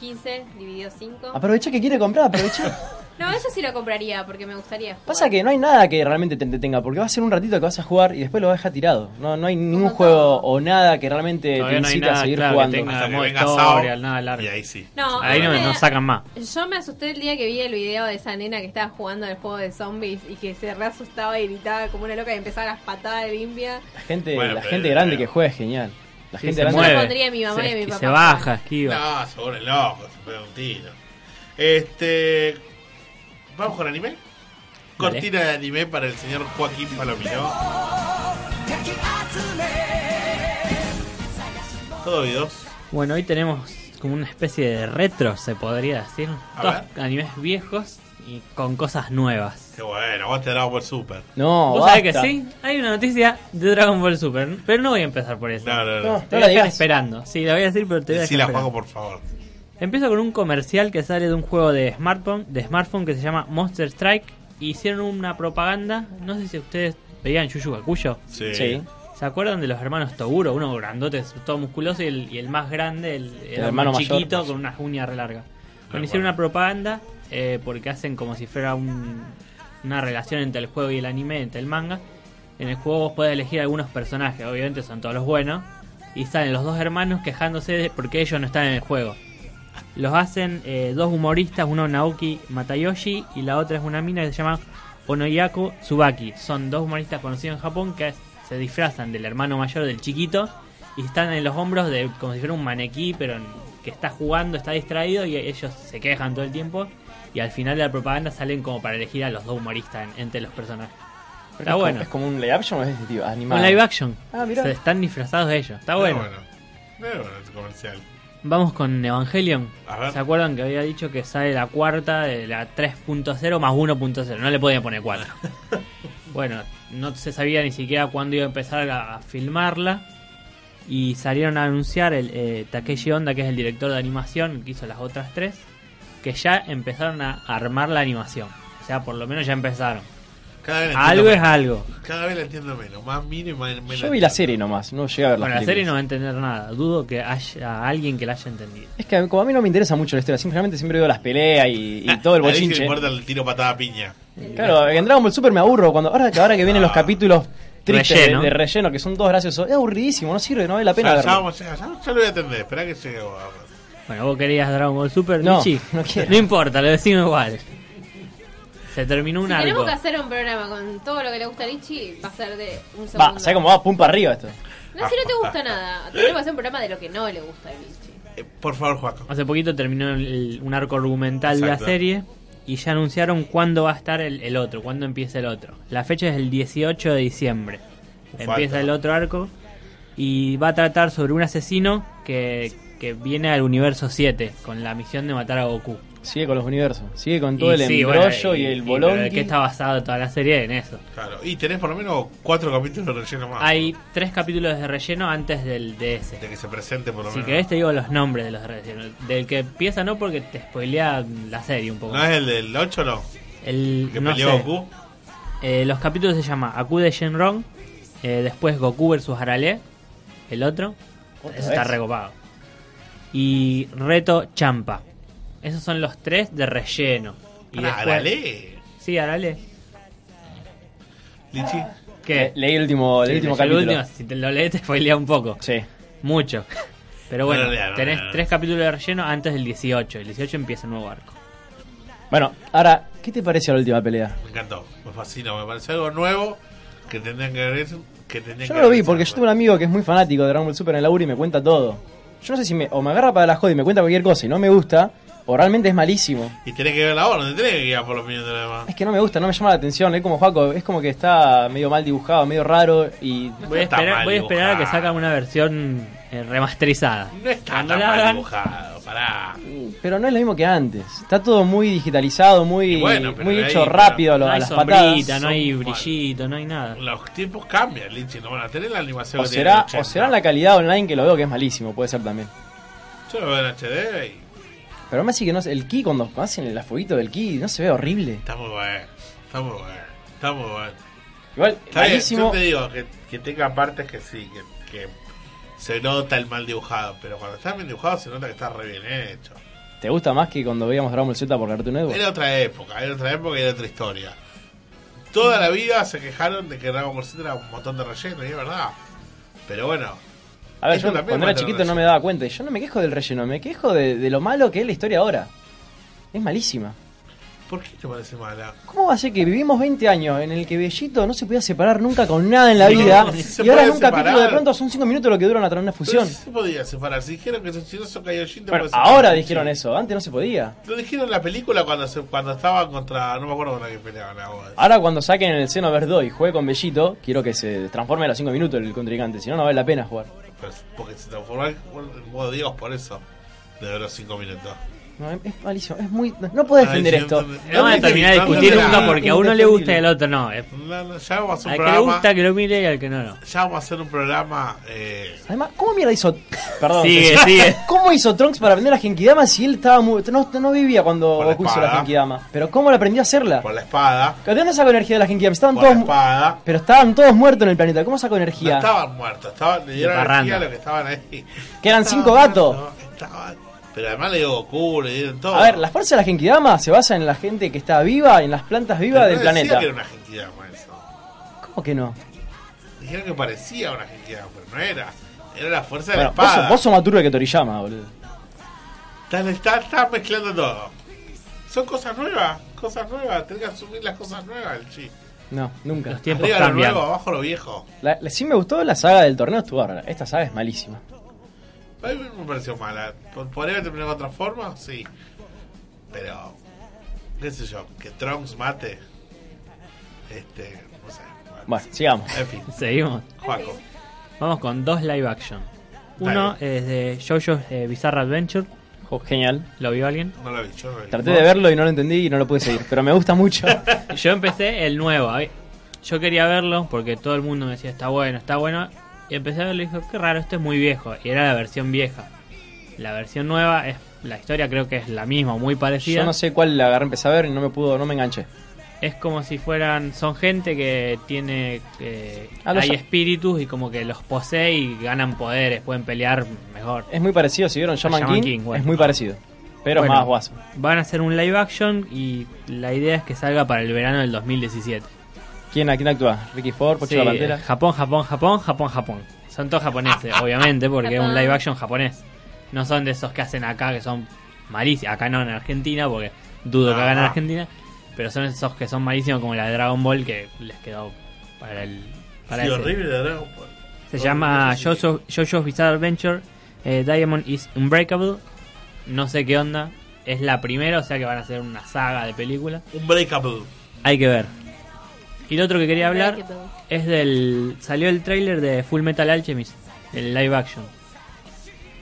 Speaker 8: 15 dividido 5.
Speaker 7: Aprovecha que quiere comprar, aprovecha.
Speaker 8: No, eso sí lo compraría porque me gustaría. jugar.
Speaker 7: Pasa que no hay nada que realmente te entretenga, porque va a ser un ratito que vas a jugar y después lo vas a dejar tirado. No, no hay ningún juego o nada que realmente te
Speaker 9: Todavía no hay
Speaker 7: incite a
Speaker 9: nada,
Speaker 7: seguir
Speaker 9: claro, que
Speaker 7: jugando.
Speaker 9: tenga
Speaker 7: Hasta
Speaker 9: modo
Speaker 7: que venga
Speaker 9: historia,
Speaker 7: Sao.
Speaker 9: nada largo.
Speaker 6: Y ahí sí.
Speaker 8: No,
Speaker 9: ahí no,
Speaker 8: me-
Speaker 9: no sacan más.
Speaker 8: Yo me asusté el día que vi el video de esa nena que estaba jugando al juego de zombies y que se reasustaba y gritaba como una loca y empezaba las patadas de limpia.
Speaker 7: La gente,
Speaker 9: Bueno,
Speaker 7: la
Speaker 9: pero-
Speaker 7: gente grande que juega es genial. La
Speaker 9: Sí,
Speaker 7: gente
Speaker 9: se
Speaker 7: grande
Speaker 9: mueve.
Speaker 8: Yo pondría a mi mamá y a mi
Speaker 9: se
Speaker 8: papá.
Speaker 9: baja, esquiva.
Speaker 6: No, se vuelve loco, se pega un tiro. Este. ¿Vamos con anime? Cortina de anime para el señor Joaquín Palomino. Todo video.
Speaker 9: Bueno, hoy tenemos como una especie de retro, se podría decir.
Speaker 6: A
Speaker 9: Todos animes viejos y con cosas nuevas.
Speaker 6: Qué bueno, vos te damos por super.
Speaker 7: No,
Speaker 9: ¿Vos sabés
Speaker 7: basta.
Speaker 9: que sí? Hay una noticia de Dragon Ball Super, pero no voy a empezar por eso.
Speaker 6: No, no, no.
Speaker 9: Te
Speaker 6: No, no
Speaker 9: voy
Speaker 6: la
Speaker 9: a dejar
Speaker 6: digas.
Speaker 9: esperando. Sí, la voy a decir, pero te voy a dejar
Speaker 6: Decila,
Speaker 9: esperando.
Speaker 6: Juaco, por favor.
Speaker 9: Empiezo con un comercial que sale de un juego de smartphone, de smartphone que se llama Monster Strike. Hicieron una propaganda, no sé si ustedes veían Yuyu Gakuyo.
Speaker 6: Sí. Sí.
Speaker 9: ¿Se acuerdan de los hermanos Toguro? Uno grandote, todo musculoso, y el, y el más grande, el, era un
Speaker 7: hermano mayor.
Speaker 9: chiquito con unas uñas re largas. Bueno, hicieron una propaganda eh, porque hacen como si fuera un- una relación entre el juego y el anime, entre el manga. En el juego vos podés elegir algunos personajes, obviamente son todos los buenos. Y salen los dos hermanos quejándose de porque ellos no están en el juego. Los hacen eh, dos humoristas, uno Naoki Matayoshi y la otra es una mina que se llama Onoyaku Tsubaki. Son dos humoristas conocidos en Japón que se disfrazan del hermano mayor del chiquito y están en los hombros de como si fuera un manequí, pero en- que está jugando, está distraído y ellos se quejan todo el tiempo. Y al final de la propaganda salen como para elegir a los dos humoristas en- entre los personajes.
Speaker 7: Pero
Speaker 9: Está
Speaker 7: es como-
Speaker 9: bueno.
Speaker 7: ¿Es como un live action o es tipo animado?
Speaker 9: Un live action.
Speaker 7: Ah, mirá.
Speaker 9: Se están disfrazados de ellos. Está
Speaker 6: Pero
Speaker 9: bueno.
Speaker 6: bueno. Pero bueno, es comercial.
Speaker 9: Vamos con Evangelion.
Speaker 6: A ver.
Speaker 9: ¿Se acuerdan que había dicho que sale la cuarta de la 3.0 más 1.0? No le podía poner 4. bueno, no se sabía ni siquiera cuándo iba a empezar a a filmarla. Y salieron a anunciar el eh, Takeshi Honda, que es el director de animación, que hizo las otras tres, que ya empezaron a armar la animación. O sea, por lo menos ya empezaron.
Speaker 6: Cada vez la
Speaker 9: algo
Speaker 6: entiendo
Speaker 9: es
Speaker 6: menos.
Speaker 9: algo.
Speaker 6: Cada vez la entiendo menos. Más miro y más menos.
Speaker 7: Yo vi la serie nomás, no llegué a ver las
Speaker 9: Bueno, la serie
Speaker 7: películas.
Speaker 9: no va a entender nada. Dudo que haya alguien que la haya entendido.
Speaker 7: Es que a mí- como a mí no me interesa mucho la historia, simplemente siempre veo las peleas y, y todo el
Speaker 6: A Alexis le
Speaker 7: bochinche.
Speaker 6: importa el tiro patada piña.
Speaker 7: Claro, en Dragon Ball Super me aburro cuando ahora, que- ahora que
Speaker 9: Ah.
Speaker 7: vienen los capítulos tristes de-
Speaker 6: Relleno.
Speaker 7: De, relleno que son todos graciosos. Es aburridísimo, no sirve, no vale la pena
Speaker 6: ya, ya,
Speaker 7: verlo.
Speaker 6: vamos, ya, ya- ya lo voy a atender. Espera que llegue.
Speaker 9: Bueno, vos querías Dragon Ball Super,
Speaker 7: No,
Speaker 9: Michi.
Speaker 7: no quiero.
Speaker 9: importa, lo decimos igual. Se terminó un
Speaker 8: Si tenemos
Speaker 9: arco.
Speaker 8: que hacer un programa con todo lo que le gusta a Lichi, va a ser de un segundo.
Speaker 7: Va, ¿sabes cómo va? Pum para arriba esto.
Speaker 8: No, si no te gusta nada. Tenemos que hacer un programa de lo que no le gusta a Lichi.
Speaker 6: eh, Por favor, Juaco.
Speaker 9: Hace poquito terminó el- un arco argumental de
Speaker 6: Exacto.
Speaker 9: la serie y ya anunciaron cuándo va a estar el, el otro, cuándo empieza el otro. La fecha es el 18 de diciembre.
Speaker 7: Falta.
Speaker 9: Empieza el otro arco y va a tratar sobre un asesino que, que viene al universo 7 con la misión de matar a Goku.
Speaker 7: Sigue con los universos, sigue con todo el
Speaker 9: sí, bueno,
Speaker 7: embrollo y, el
Speaker 9: pero
Speaker 7: bolón.
Speaker 9: ¿De qué está basado toda la serie? En eso.
Speaker 6: Claro. Y tenés por lo menos cuatro capítulos de relleno más.
Speaker 9: Hay tres capítulos de relleno antes del de ese.
Speaker 6: De que se presente por lo
Speaker 9: Si
Speaker 6: menos.
Speaker 9: querés te digo los nombres de los de relleno. Del que empieza no porque te spoilea la serie un poco.
Speaker 6: ¿No es el del 8 no?
Speaker 9: El
Speaker 6: que
Speaker 9: no
Speaker 6: peleó
Speaker 9: sé.
Speaker 6: Goku.
Speaker 9: Eh, los capítulos se llama Aku de Shenron, eh, después Goku vs Harale, el otro.
Speaker 7: ¿Otra
Speaker 9: Eso está
Speaker 7: vez?
Speaker 9: recopado. Y Reto Champa. Esos son los tres de relleno. Y
Speaker 6: Pará,
Speaker 9: después-
Speaker 6: Arale.
Speaker 9: Sí, Harale.
Speaker 6: Lichi.
Speaker 9: ¿Qué?
Speaker 7: Leí el último, el
Speaker 9: Sí,
Speaker 7: último
Speaker 9: leyó el
Speaker 7: capítulo.
Speaker 9: último, si te lo lees te spoilea un poco.
Speaker 7: Sí.
Speaker 9: Mucho. Pero bueno,
Speaker 7: No, no, no,
Speaker 9: tenés
Speaker 7: no, no.
Speaker 9: tres capítulos de relleno antes del 18. El 18 empieza un nuevo arco.
Speaker 7: Bueno, ahora, ¿qué te pareció la última pelea?
Speaker 6: Me encantó. Me fascinó. Me pareció algo nuevo que tendrían que ver. Que tendrían
Speaker 7: Yo
Speaker 6: que
Speaker 7: no lo vi
Speaker 6: ver.
Speaker 7: porque yo tengo un amigo que es muy fanático de Dragon Ball Super en el laburo y me cuenta todo. Yo no sé si me, o me agarra para la joda y me cuenta cualquier cosa y no me gusta, o realmente es malísimo.
Speaker 6: Y tenés que ver la hora. No tenés que guiar por los minutos de los demás.
Speaker 7: Es que no me gusta, no me llama la atención, es como Juaco, es como que está medio mal dibujado, medio raro y...
Speaker 9: Voy a esperar, voy a, esperar a que sacan una versión eh, remasterizada.
Speaker 6: No está
Speaker 9: Cuando
Speaker 6: tan
Speaker 9: la
Speaker 6: mal
Speaker 9: hagan,
Speaker 6: dibujado. Pará.
Speaker 7: Pero no es lo mismo que antes. Está todo muy digitalizado, muy,
Speaker 6: Y bueno, pero
Speaker 7: muy
Speaker 6: ahí,
Speaker 7: hecho
Speaker 6: pero
Speaker 7: rápido a, lo-
Speaker 9: no
Speaker 7: a
Speaker 9: hay
Speaker 7: las
Speaker 9: sombrita,
Speaker 7: patadas.
Speaker 9: no hay brillito, no hay nada.
Speaker 6: Los tiempos cambian, Lichi. No van a tener la animación
Speaker 7: O
Speaker 6: que tienen
Speaker 7: será,
Speaker 6: en
Speaker 7: o
Speaker 6: 80.
Speaker 7: será la calidad online que lo veo que es malísimo, puede ser también.
Speaker 6: Yo lo veo en HD y
Speaker 7: Pero más sí que no sé, el ki cuando hacen el afoguito del ki no se ve horrible.
Speaker 6: está muy bueno. Está muy bueno. Está muy bueno.
Speaker 7: Igual,
Speaker 6: Está bien,
Speaker 7: malísimo.
Speaker 6: Yo te digo que, que tenga partes que sí, que, que se nota el mal dibujado. Pero cuando está bien dibujado, se nota que está re bien hecho.
Speaker 7: ¿Te gusta más que cuando veíamos Dragon Ball Z por Cartoon Network?
Speaker 6: Era otra época, era otra época y era otra historia. Toda la vida se quejaron de que Dragon Ball Z era un montón de relleno, y es verdad. Pero bueno.
Speaker 7: A ver,
Speaker 6: eso
Speaker 7: yo
Speaker 6: también
Speaker 7: cuando
Speaker 6: va a
Speaker 7: era
Speaker 6: tener
Speaker 7: chiquito no me daba cuenta. Y yo no me quejo del relleno, me quejo de, de lo malo que es la historia ahora. Es malísima.
Speaker 6: ¿Por qué te parece mala?
Speaker 7: ¿Cómo va a ser que vivimos 20 años en el que Bellito no se podía separar nunca con nada en la vida?
Speaker 6: No, sí se
Speaker 7: y ahora
Speaker 6: puede
Speaker 7: en un capítulo de
Speaker 6: separar.
Speaker 7: pronto son 5 minutos lo que dura una transfusión.
Speaker 6: Pero sí se podía separar. Si dijeron que si no son Kaioshin, te
Speaker 7: Bueno,
Speaker 6: puedes separar.
Speaker 7: ahora dijeron eso, antes no se podía.
Speaker 6: Lo dijeron en la película cuando se, cuando estaban contra. No me acuerdo contra quién peleaban ahora.
Speaker 7: Ahora cuando saquen el seno Verdo y juegue con Bellito, quiero que se transforme a los 5 minutos el contrincante, si no, no vale la pena jugar.
Speaker 6: Pero es pues, porque se transformó en en modo Dios por eso. Le duró 5 minutos.
Speaker 7: No, es- es malísimo, es muy... No, no puedo defender
Speaker 6: Ay,
Speaker 7: esto.
Speaker 6: siempre-
Speaker 9: No van a terminar de discutir nunca porque a uno le gusta y al otro no. Es-
Speaker 6: No, no, ya vamos
Speaker 9: Al
Speaker 6: a hacer un
Speaker 9: que le
Speaker 6: programa.
Speaker 9: gusta que lo mire y al que no, no.
Speaker 6: Ya vamos a hacer un programa. Eh,
Speaker 7: Además, ¿cómo mierda hizo... Perdón.
Speaker 9: Sigue,
Speaker 7: Ceci.
Speaker 9: sigue.
Speaker 7: ¿Cómo hizo Trunks para aprender la Genkidama si él estaba muy... No, no vivía cuando
Speaker 6: la
Speaker 7: Goku hizo la
Speaker 6: espada.
Speaker 7: Genkidama? Pero ¿cómo la aprendió a hacerla?
Speaker 6: por la espada.
Speaker 7: ¿De dónde sacó energía de la Genkidama? Estaban
Speaker 6: Por la
Speaker 7: todos... mu-
Speaker 6: espada.
Speaker 7: Pero estaban todos muertos en el planeta, ¿cómo sacó energía?
Speaker 6: No estaban muertos, estaban, le dieron
Speaker 7: De parranda.
Speaker 6: energía a los que estaban ahí.
Speaker 7: Que eran
Speaker 6: Estaban
Speaker 7: cinco gatos.
Speaker 6: muertos, estaban- pero además le dio Goku, le dieron todo.
Speaker 7: A ver, la fuerza de la Genkidama se basa en la gente que está viva, en las plantas
Speaker 6: Pero
Speaker 7: vivas
Speaker 6: no
Speaker 7: del
Speaker 6: decía
Speaker 7: planeta.
Speaker 6: que era una Genkidama eso.
Speaker 7: ¿Cómo que no?
Speaker 6: Dijeron que parecía una Genkidama, pero no era. Era la fuerza de
Speaker 7: Bueno,
Speaker 6: la
Speaker 7: vos,
Speaker 6: espada.
Speaker 7: sos- vos sos más turbio que Toriyama, boludo.
Speaker 6: Estás estás- estás mezclando todo. Son cosas nuevas, cosas nuevas. Tenés que asumir las cosas nuevas, el chi.
Speaker 7: No, nunca. Los
Speaker 6: Arriba lo nuevo, abajo lo viejo.
Speaker 7: La, la- sí me gustó la saga del torneo, estuvo bárbara. Esta saga es malísima.
Speaker 6: A mí me pareció mala. ¿Pod- ¿Podría haber terminado de otra forma? Sí. Pero. ¿Qué sé yo? Que Trunks mate. Este. No sé.
Speaker 7: Bueno, sigamos.
Speaker 6: En fin.
Speaker 9: Seguimos.
Speaker 6: Juaco.
Speaker 9: Vamos con dos live action. Uno es de JoJo's eh, Bizarre Adventure.
Speaker 7: Jo, Oh, genial.
Speaker 9: ¿Lo vio alguien?
Speaker 6: No lo vi, yo no lo vi.
Speaker 7: Traté de verlo y no lo entendí y no lo pude seguir, pero me gusta mucho.
Speaker 9: Yo empecé el nuevo. a ver, Yo quería verlo porque todo el mundo me decía, está bueno, está bueno. Y empecé a verlo y dije, qué raro, esto es muy viejo. Y era la versión vieja. La versión nueva, es la historia creo que es la misma, muy parecida.
Speaker 7: Yo no sé cuál la agarré, empecé a ver y no me pudo, no me enganché.
Speaker 9: Es como si fueran, son gente que tiene, eh,
Speaker 7: Ah, lo
Speaker 9: hay
Speaker 7: sa-
Speaker 9: espíritus y como que los posee y ganan poderes, pueden pelear mejor.
Speaker 7: Es muy parecido, si vieron Shaman,
Speaker 9: Shaman
Speaker 7: King,
Speaker 9: King, bueno.
Speaker 7: es muy parecido. Pero
Speaker 9: Bueno,
Speaker 7: más guaso.
Speaker 9: Van a hacer un live action y la idea es que salga para el verano del 2017.
Speaker 7: ¿Quién, a quién actúa? Ricky Ford, Pocho
Speaker 9: Sí,
Speaker 7: la Pantera.
Speaker 9: Japón, Japón, Japón, Japón, Japón. Son todos japoneses, obviamente, porque es un live action japonés. No son de esos que hacen acá, que son malísimos. Acá no en Argentina, porque dudo que hagan en
Speaker 7: Ajá.
Speaker 9: Argentina. Pero son esos que son malísimos, como la de Dragon Ball, que les quedó para el... Para
Speaker 6: Sí,
Speaker 9: ese.
Speaker 6: horrible de Dragon Ball.
Speaker 9: Se
Speaker 6: Horrible,
Speaker 9: llama
Speaker 6: sí.
Speaker 9: Jojo- JoJo's Bizarre Adventure. eh, Diamond is Unbreakable. No sé qué onda. Es la primera, o sea que van a hacer una saga de película.
Speaker 6: Unbreakable.
Speaker 9: Hay que ver. Y lo otro que quería hablar es del. Salió el tráiler de Full Metal Alchemist, el live action.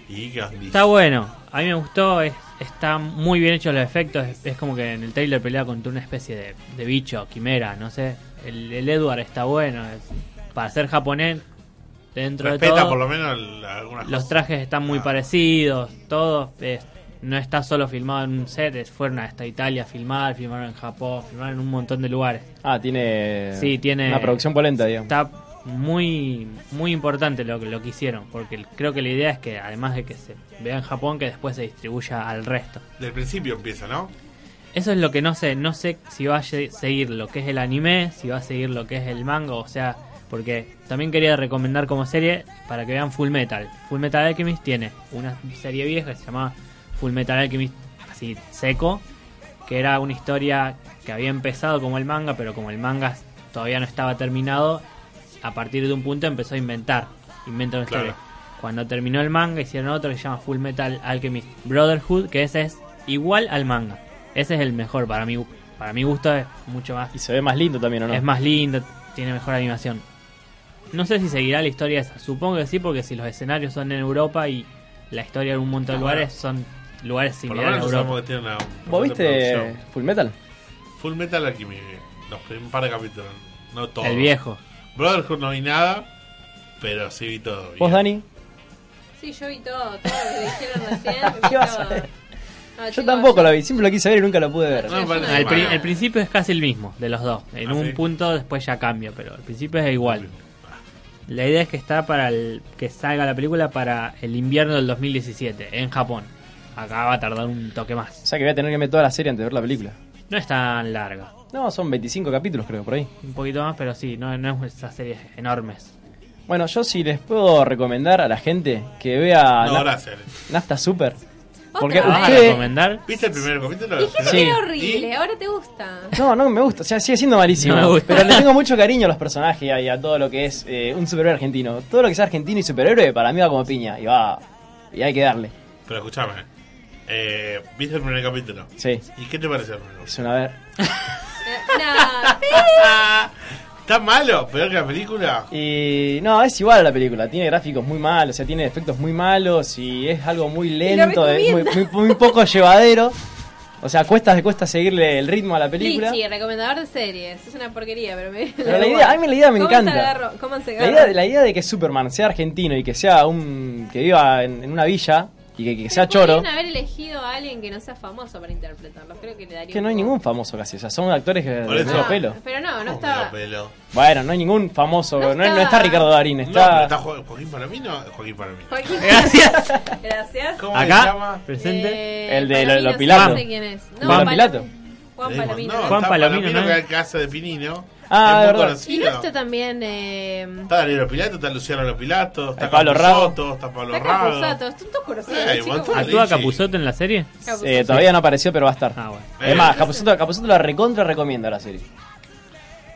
Speaker 6: Y qué onda?
Speaker 9: Está bueno, a mí me gustó, es- está muy bien hechos los efectos. Es, es como que en el tráiler pelea contra una especie de, de bicho, quimera, no sé. El, el Edward está bueno, es- para ser japonés, dentro de
Speaker 6: Respeta
Speaker 9: todo.
Speaker 6: por lo menos el- algunas
Speaker 9: Los
Speaker 6: cosas.
Speaker 9: trajes están muy parecidos, todo. es- no está solo filmado en un set, es- fueron hasta Italia a filmar, filmaron en Japón, filmaron en un montón de lugares.
Speaker 7: Ah, tiene,
Speaker 9: Sí, tiene-
Speaker 7: una producción polenta, digamos.
Speaker 9: Está muy muy importante lo, que- lo que hicieron, porque el- creo que la idea es que además de que se vea en Japón, que después se distribuya al resto.
Speaker 6: Del principio empieza, ¿no?
Speaker 9: Eso es lo que no sé, no sé si va a ye- seguir lo que es el anime, si va a seguir lo que es el manga, o sea, porque también quería recomendar como serie Eh, para que vean Full Metal. Full Metal Alchemist tiene una serie vieja que se llamaba Full Metal Alchemist así seco, que era una historia que había empezado como el manga, pero como el manga todavía no estaba terminado, a partir de un punto empezó a inventar, inventa una
Speaker 6: Claro.
Speaker 9: historia. Cuando terminó el manga hicieron otro que se llama Full Metal Alchemist Brotherhood, que ese es igual al manga. Ese es el mejor para mí, para mi gusto es mucho más.
Speaker 7: Y se ve más lindo también, ¿o no?
Speaker 9: Es más lindo, tiene mejor animación. No sé si seguirá la historia esa, supongo que sí porque si los escenarios son en Europa y la historia en un montón de
Speaker 7: Ah,
Speaker 9: lugares son lugares
Speaker 6: Por lo menos
Speaker 9: similares a
Speaker 6: sabemos
Speaker 9: Europa.
Speaker 6: que tiene una-
Speaker 7: ¿Vos viste
Speaker 6: producción.
Speaker 7: Full Metal?
Speaker 6: Full Metal Alchemy. Los prim- un par de capítulos. No todo.
Speaker 9: El viejo.
Speaker 6: Brotherhood no vi nada. Pero sí vi todo.
Speaker 7: ¿Vos, Dani?
Speaker 8: Sí, yo vi todo, todo lo que dijeron recién. vi
Speaker 7: ¿Qué vas a
Speaker 8: todo.
Speaker 7: ver?
Speaker 8: No,
Speaker 7: Yo
Speaker 8: chicos,
Speaker 7: tampoco la vi, siempre la quise ver y nunca la pude ver.
Speaker 6: No, me parece
Speaker 9: Al
Speaker 6: mal.
Speaker 9: pri- el principio es casi el mismo de los dos. En
Speaker 6: Ah,
Speaker 9: un
Speaker 6: ¿sí?
Speaker 9: punto después ya cambia, pero al principio es igual. La idea es que está para el, que salga la película para el invierno del 2017 en Japón. Acá va a tardar un toque más.
Speaker 7: O sea que voy a tener que ver toda la serie antes de ver la película.
Speaker 9: No es tan larga,
Speaker 7: No, son 25 capítulos creo por ahí.
Speaker 9: un poquito más, pero sí, no, no es esas series enormes.
Speaker 7: Bueno, yo sí les puedo recomendar a la gente que vea
Speaker 6: No,
Speaker 7: Na-
Speaker 6: gracias.
Speaker 7: Nafta Super. Porque
Speaker 9: ¿La van a
Speaker 7: ustedes...
Speaker 9: recomendar?
Speaker 6: ¿Viste el primer capítulo?
Speaker 8: Dijiste
Speaker 7: Sí.
Speaker 8: que era horrible, ahora te gusta.
Speaker 7: No, no me gusta, o sea, sigue siendo malísimo.
Speaker 9: No me gusta.
Speaker 7: Pero le tengo mucho cariño a los personajes y a, y a todo lo que es eh, un superhéroe argentino. Todo lo que sea argentino y superhéroe para mí va como piña. Y va. Y hay que darle.
Speaker 6: Pero escuchame. Eh, ¿Viste el primer capítulo?
Speaker 7: Sí.
Speaker 6: ¿Y qué te pareció el primer capítulo?
Speaker 7: Es una ver.
Speaker 8: Eh, No, sí.
Speaker 6: ¿Está malo? ¿Peor que la película?
Speaker 7: Y no, es igual a la película. Tiene gráficos muy malos, o sea, tiene efectos muy malos y es algo muy lento, es muy, muy,
Speaker 8: recomienda.
Speaker 7: muy poco llevadero. O sea, cuesta, cuesta seguirle el ritmo a la película.
Speaker 8: Lichi, recomendador de series. Es una porquería, pero me.
Speaker 7: Pero la idea, a mí la idea me
Speaker 8: ¿Cómo
Speaker 7: encanta.
Speaker 8: Se agarró? ¿Cómo se
Speaker 7: La
Speaker 8: agarró?
Speaker 7: idea, la idea de que Superman sea argentino y que sea un. que viva en, en una villa y que, que sea choro.
Speaker 8: Podrían haber elegido a alguien que no sea famoso para interpretarlo. Creo que le daría.
Speaker 7: Que
Speaker 8: un
Speaker 7: no hay
Speaker 8: poco-
Speaker 7: ningún famoso casi, o sea, son actores que de
Speaker 6: Por eso.
Speaker 7: medio pelo.
Speaker 8: Pero no, no
Speaker 6: ¿Cómo
Speaker 8: estaba.
Speaker 6: medio pelo?
Speaker 7: Bueno, no hay ningún famoso,
Speaker 8: No
Speaker 7: no, no
Speaker 8: estaba-
Speaker 7: está Ricardo Darín,
Speaker 6: No, pero
Speaker 7: está.
Speaker 6: está Jo- Joaquín Palomino. Joaquín Palomino.
Speaker 8: Joaquín. Gracias.
Speaker 6: ¿Cómo se
Speaker 9: Acá,
Speaker 6: llama?
Speaker 9: presente.
Speaker 8: Eh,
Speaker 7: El de lo-
Speaker 8: Palomino,
Speaker 7: lo
Speaker 8: sí,
Speaker 7: Pilato.
Speaker 8: No sé quién es. No,
Speaker 7: Juan
Speaker 8: Palom-
Speaker 7: Pilato.
Speaker 8: Juan
Speaker 6: Eh,
Speaker 8: Palomino.
Speaker 6: No,
Speaker 9: Juan
Speaker 6: está
Speaker 9: Palomino, ¿eh? ¿no?
Speaker 6: que es el caso de Pinino.
Speaker 7: Ah,
Speaker 6: es
Speaker 7: de verdad.
Speaker 6: muy
Speaker 8: Y
Speaker 6: conocido.
Speaker 8: no este esto también. Eh,
Speaker 6: Está Daniel Pilato, está Luciano Lopilato, está
Speaker 7: Está Pablo
Speaker 6: Capusotto, Está Pablo
Speaker 8: está
Speaker 6: Rago.
Speaker 8: Capuzato. Están todos conocidos.
Speaker 6: Eh,
Speaker 8: chicos.
Speaker 6: montón.
Speaker 9: ¿Actúa
Speaker 6: Sí, sí.
Speaker 9: Capuzoto en la serie?
Speaker 8: Capusotto.
Speaker 7: Eh, todavía no apareció, pero va a estar.
Speaker 9: Ah, bueno.
Speaker 6: Eh.
Speaker 7: Es más, Capuzotto, Capuzotto la recontra recomienda la serie.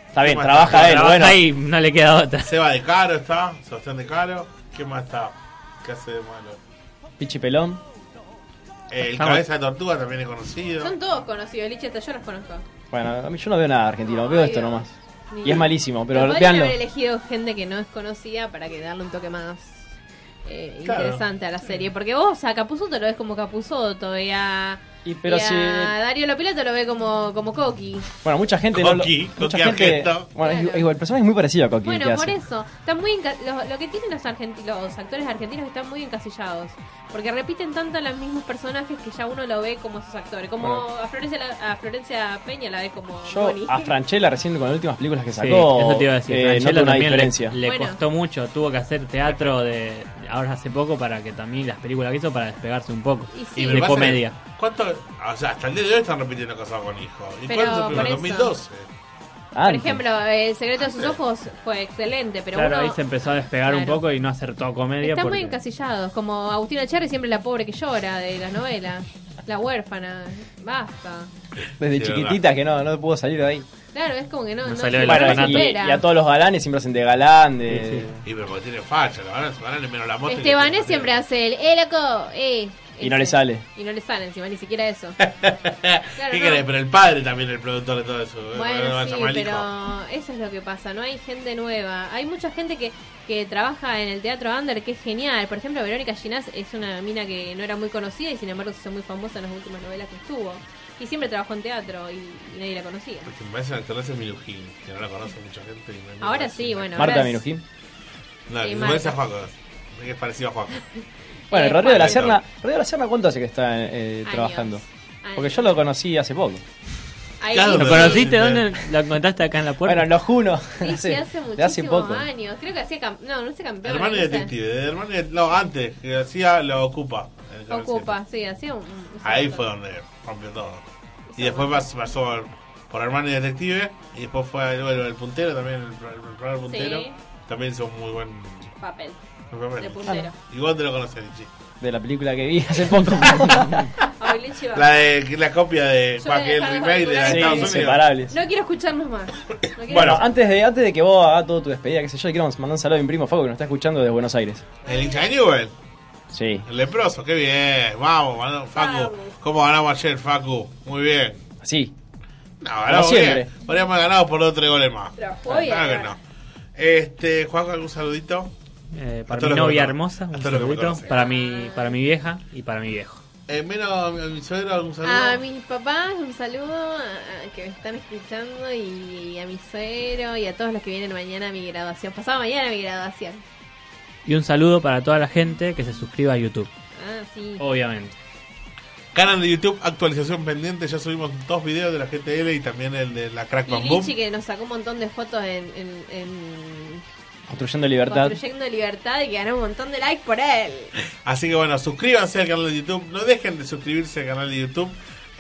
Speaker 7: Está bien,
Speaker 6: más
Speaker 7: trabaja
Speaker 6: trabaja?
Speaker 7: él,
Speaker 9: Trabaja ¿eh?
Speaker 7: bueno.
Speaker 9: ahí, no le queda otra.
Speaker 6: Seba de Caro está, Sebastián de Caro. ¿Qué más está? ¿Qué hace de malo?
Speaker 7: Pichi Pelón.
Speaker 6: Eh, el
Speaker 9: Estamos-
Speaker 6: Cabeza de Tortuga también es conocido.
Speaker 8: Son todos conocidos. Lichi, hasta yo los conozco.
Speaker 7: Bueno, a mí yo no veo nada argentino, veo
Speaker 8: Ay,
Speaker 7: esto
Speaker 8: Dios.
Speaker 7: nomás.
Speaker 8: Ni-
Speaker 7: Y es malísimo, pero
Speaker 8: podrían
Speaker 7: véanlo.
Speaker 8: haber elegido gente que no es conocida para que darle un toque más eh,
Speaker 6: Claro.
Speaker 8: interesante a la serie. Porque vos a Capuzoto lo ves como Capuzoto y a,
Speaker 7: Y, pero
Speaker 8: y a
Speaker 7: si.
Speaker 8: Darío Lopilato lo ve como, como Coqui.
Speaker 7: Bueno, mucha gente. no lo-
Speaker 6: Coqui,
Speaker 7: mucha
Speaker 6: Coqui
Speaker 7: gente.
Speaker 6: argento.
Speaker 7: Bueno, es
Speaker 8: Claro.
Speaker 7: igual, el personaje es muy parecido a Coqui. el que
Speaker 8: Bueno, por
Speaker 7: hace.
Speaker 8: eso. Está muy enca- lo, lo que tienen los, argenti- los actores argentinos están muy encasillados. Porque repiten tanto a los mismos personajes que ya uno lo ve como sus actores. Como
Speaker 7: Bueno.
Speaker 8: a, Florencia, la- a Florencia Peña la ve como
Speaker 7: Yo
Speaker 8: Bonnie.
Speaker 7: a Franchella recién con las últimas películas que
Speaker 9: Sí,
Speaker 7: sacó.
Speaker 9: eso te iba a decir.
Speaker 7: eh,
Speaker 9: Franchella
Speaker 7: noto una
Speaker 9: también le-
Speaker 7: diferencia.
Speaker 9: Le,
Speaker 8: Bueno.
Speaker 9: costó mucho, tuvo que hacer teatro de ahora hace poco para que también las películas que hizo para despegarse un poco.
Speaker 8: Y sí.
Speaker 6: Y
Speaker 9: de
Speaker 6: me pasa que-
Speaker 9: comedia.
Speaker 6: ¿Cuánto? O sea, hasta el día de hoy están repitiendo cosas con hijo. ¿Y
Speaker 8: Pero
Speaker 6: cuándo se
Speaker 8: por
Speaker 6: filmó?
Speaker 8: eso.
Speaker 6: 2012.
Speaker 8: Por
Speaker 7: Antes.
Speaker 8: ejemplo, El secreto de sus ojos fue excelente, pero
Speaker 9: claro,
Speaker 8: uno-
Speaker 9: ahí se empezó a despegar un
Speaker 8: Claro.
Speaker 9: poco y no hacer todo comedia.
Speaker 8: Están muy
Speaker 9: porque-
Speaker 8: encasillados, como Agustina Cherry, siempre la pobre que llora de las novelas. La huérfana, basta.
Speaker 7: Desde
Speaker 6: Sí,
Speaker 7: chiquitita que no, no pudo salir de ahí.
Speaker 8: Claro, es como que no,
Speaker 9: No
Speaker 8: no
Speaker 9: salió
Speaker 8: se
Speaker 9: del
Speaker 8: la
Speaker 7: Bueno,
Speaker 9: orfanato.
Speaker 7: y, y
Speaker 8: supera.
Speaker 7: a todos los galanes siempre hacen de galán, de.
Speaker 6: Y pero porque tiene facha, la verdad, se van a menos la moto.
Speaker 8: Estebanés siempre hace el, eh, loco, eh.
Speaker 7: Y no
Speaker 8: ese.
Speaker 7: le sale.
Speaker 8: Y no le sale encima, ni siquiera eso.
Speaker 6: ¿Qué
Speaker 8: no.
Speaker 6: querés? Pero el padre también es el productor de todo eso. ¿eh? No va
Speaker 8: Bueno,
Speaker 6: a
Speaker 8: sí,
Speaker 6: llamar al hijo.
Speaker 8: pero eso es lo que pasa, no hay gente nueva. Hay mucha gente que, que trabaja en el teatro under, que es genial. Por ejemplo, Verónica Ginás es una mina que no era muy conocida y sin embargo se hizo muy famosa en las últimas novelas que estuvo. Y siempre trabajó en teatro y, y nadie la conocía.
Speaker 6: Porque me parece que conoce Milujín, que no la conoce mucha gente. y no hay
Speaker 8: Ahora
Speaker 6: mucha
Speaker 8: sí,
Speaker 6: gente.
Speaker 8: bueno.
Speaker 7: Marta
Speaker 8: ahora es-
Speaker 7: Minujín.
Speaker 6: No,
Speaker 8: Sí,
Speaker 6: que se
Speaker 8: Marta.
Speaker 6: parece a Juaco. Es que es parecido a Juaco.
Speaker 7: Bueno,
Speaker 8: Eh,
Speaker 7: Rodrigo de la
Speaker 6: Juan.
Speaker 7: Serna. Rodrigo Ah, de la Serna, ¿cuánto hace que está eh,
Speaker 8: Años.
Speaker 7: trabajando?
Speaker 8: Años.
Speaker 7: Porque yo lo conocí hace poco.
Speaker 8: Ahí
Speaker 6: Claro,
Speaker 9: ¿Lo
Speaker 8: dice-
Speaker 9: conociste? ¿Dónde lo encontraste acá en la puerta?
Speaker 7: Bueno, los Juno. hace-
Speaker 8: dice hace
Speaker 7: de hace
Speaker 8: muchísimos
Speaker 7: poco.
Speaker 8: años. Creo que hacía... cam- No, ¿eh? no sé campeón.
Speaker 6: Hermano y detective. de Hermano y det- No, antes, que hacía lo Ocupa. en el Canal
Speaker 8: Ocupa, sí, hacía un... un-
Speaker 6: 7. Ahí fue donde rompió todo.
Speaker 8: Sí,
Speaker 6: Y después
Speaker 8: bueno.
Speaker 6: pas- pasó por, por Hermano y Detective. Y después fue el, el- el puntero también, el, el- el primer puntero.
Speaker 8: Sí.
Speaker 6: También hizo un muy buen.
Speaker 8: Papel,
Speaker 6: muy buen
Speaker 8: de
Speaker 6: papel.
Speaker 8: puntero.
Speaker 6: Y vos te lo conocés, Lichi.
Speaker 7: De la película que vi hace poco.
Speaker 8: Ay, Lichi va.
Speaker 6: La, de, que es la copia de
Speaker 8: Yo voy a
Speaker 6: Paquel
Speaker 8: dejar los
Speaker 6: Remake de la de
Speaker 8: auriculares.
Speaker 7: sí,
Speaker 6: Estados Unidos.
Speaker 7: inseparables.
Speaker 8: No quiero escucharnos más. No quiero
Speaker 7: Bueno, antes de, antes de que vos hagas todo tu despedida, qué sé yo, le quiero mandar un saludo a mi primo Fago que nos está escuchando desde Buenos Aires.
Speaker 6: El hincha de Newell.
Speaker 7: Sí.
Speaker 6: El leproso, qué bien. Vamos, ganó- Facu.
Speaker 8: Vamos.
Speaker 6: ¿Cómo ganamos ayer, Facu? Muy bien.
Speaker 7: Así.
Speaker 6: No, ganamos
Speaker 7: siempre.
Speaker 6: bien. Podríamos haber ganado por dos o tres goles más.
Speaker 8: Trabajó bien,
Speaker 6: Claro que
Speaker 8: claro.
Speaker 6: no. Este, Juanjo, algún saludito.
Speaker 9: Eh,
Speaker 6: A
Speaker 9: para mi
Speaker 6: todos los que me
Speaker 9: novia
Speaker 6: conocen.
Speaker 9: hermosa,
Speaker 6: A
Speaker 9: un
Speaker 6: todos los que me
Speaker 9: saludito.
Speaker 6: conocen.
Speaker 9: Para mi, para mi vieja y para mi viejo.
Speaker 6: Eh, menos a mi- a mi suegro, algún saludo.
Speaker 8: A mis papás un saludo a- a- que me están escuchando y a mi suero y a todos los que vienen mañana a mi graduación. Pasado mañana a mi graduación.
Speaker 9: Y un saludo para toda la gente que se suscriba a YouTube.
Speaker 8: Ah, sí.
Speaker 6: Oh,
Speaker 9: Obviamente.
Speaker 6: Canal de YouTube, actualización pendiente. Ya subimos dos videos de la GTL y también el de la Crack
Speaker 8: Y
Speaker 6: Bam Boom.
Speaker 8: Lichi que nos sacó un montón de fotos en, en- en
Speaker 7: Construyendo libertad.
Speaker 8: Construyendo Libertad y que ganó un montón de likes por él.
Speaker 6: Así que bueno, suscríbanse al canal de YouTube. No dejen de suscribirse al canal de YouTube.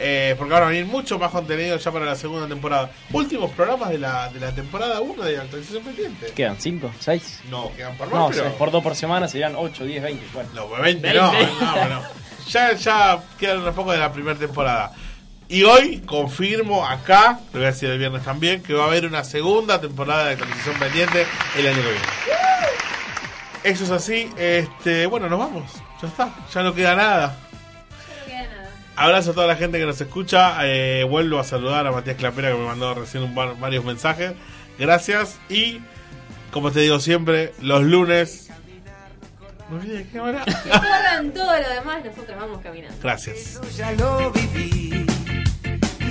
Speaker 6: eh, porque van a venir mucho más contenido ya para la segunda temporada. Últimos programas de la, de la temporada 1 de actualización pendiente.
Speaker 7: ¿Quedan? ¿Cinco? ¿Seis?
Speaker 6: No, quedan por más,
Speaker 7: No,
Speaker 6: pero-
Speaker 7: seis por dos por semana serían 8, 10, 20. Bueno.
Speaker 6: No, 20, no, no, bueno. Ya, ya quedan unos pocos de la primera temporada. Y hoy confirmo acá, lo voy a decir el viernes también, que va a haber una segunda temporada de actualización pendiente el año que viene. Eso es así. Este, bueno, nos vamos. Ya está. Ya no queda nada. Abrazo a toda la gente que nos escucha. Eh, vuelvo a saludar a Matías Clapera que me mandó recién un par- varios mensajes. Gracias. Y, como te digo siempre, los lunes. Me olvidé de qué hora.
Speaker 8: Que corran todo lo demás, nosotros vamos caminando.
Speaker 6: Gracias.
Speaker 10: Ya lo viví y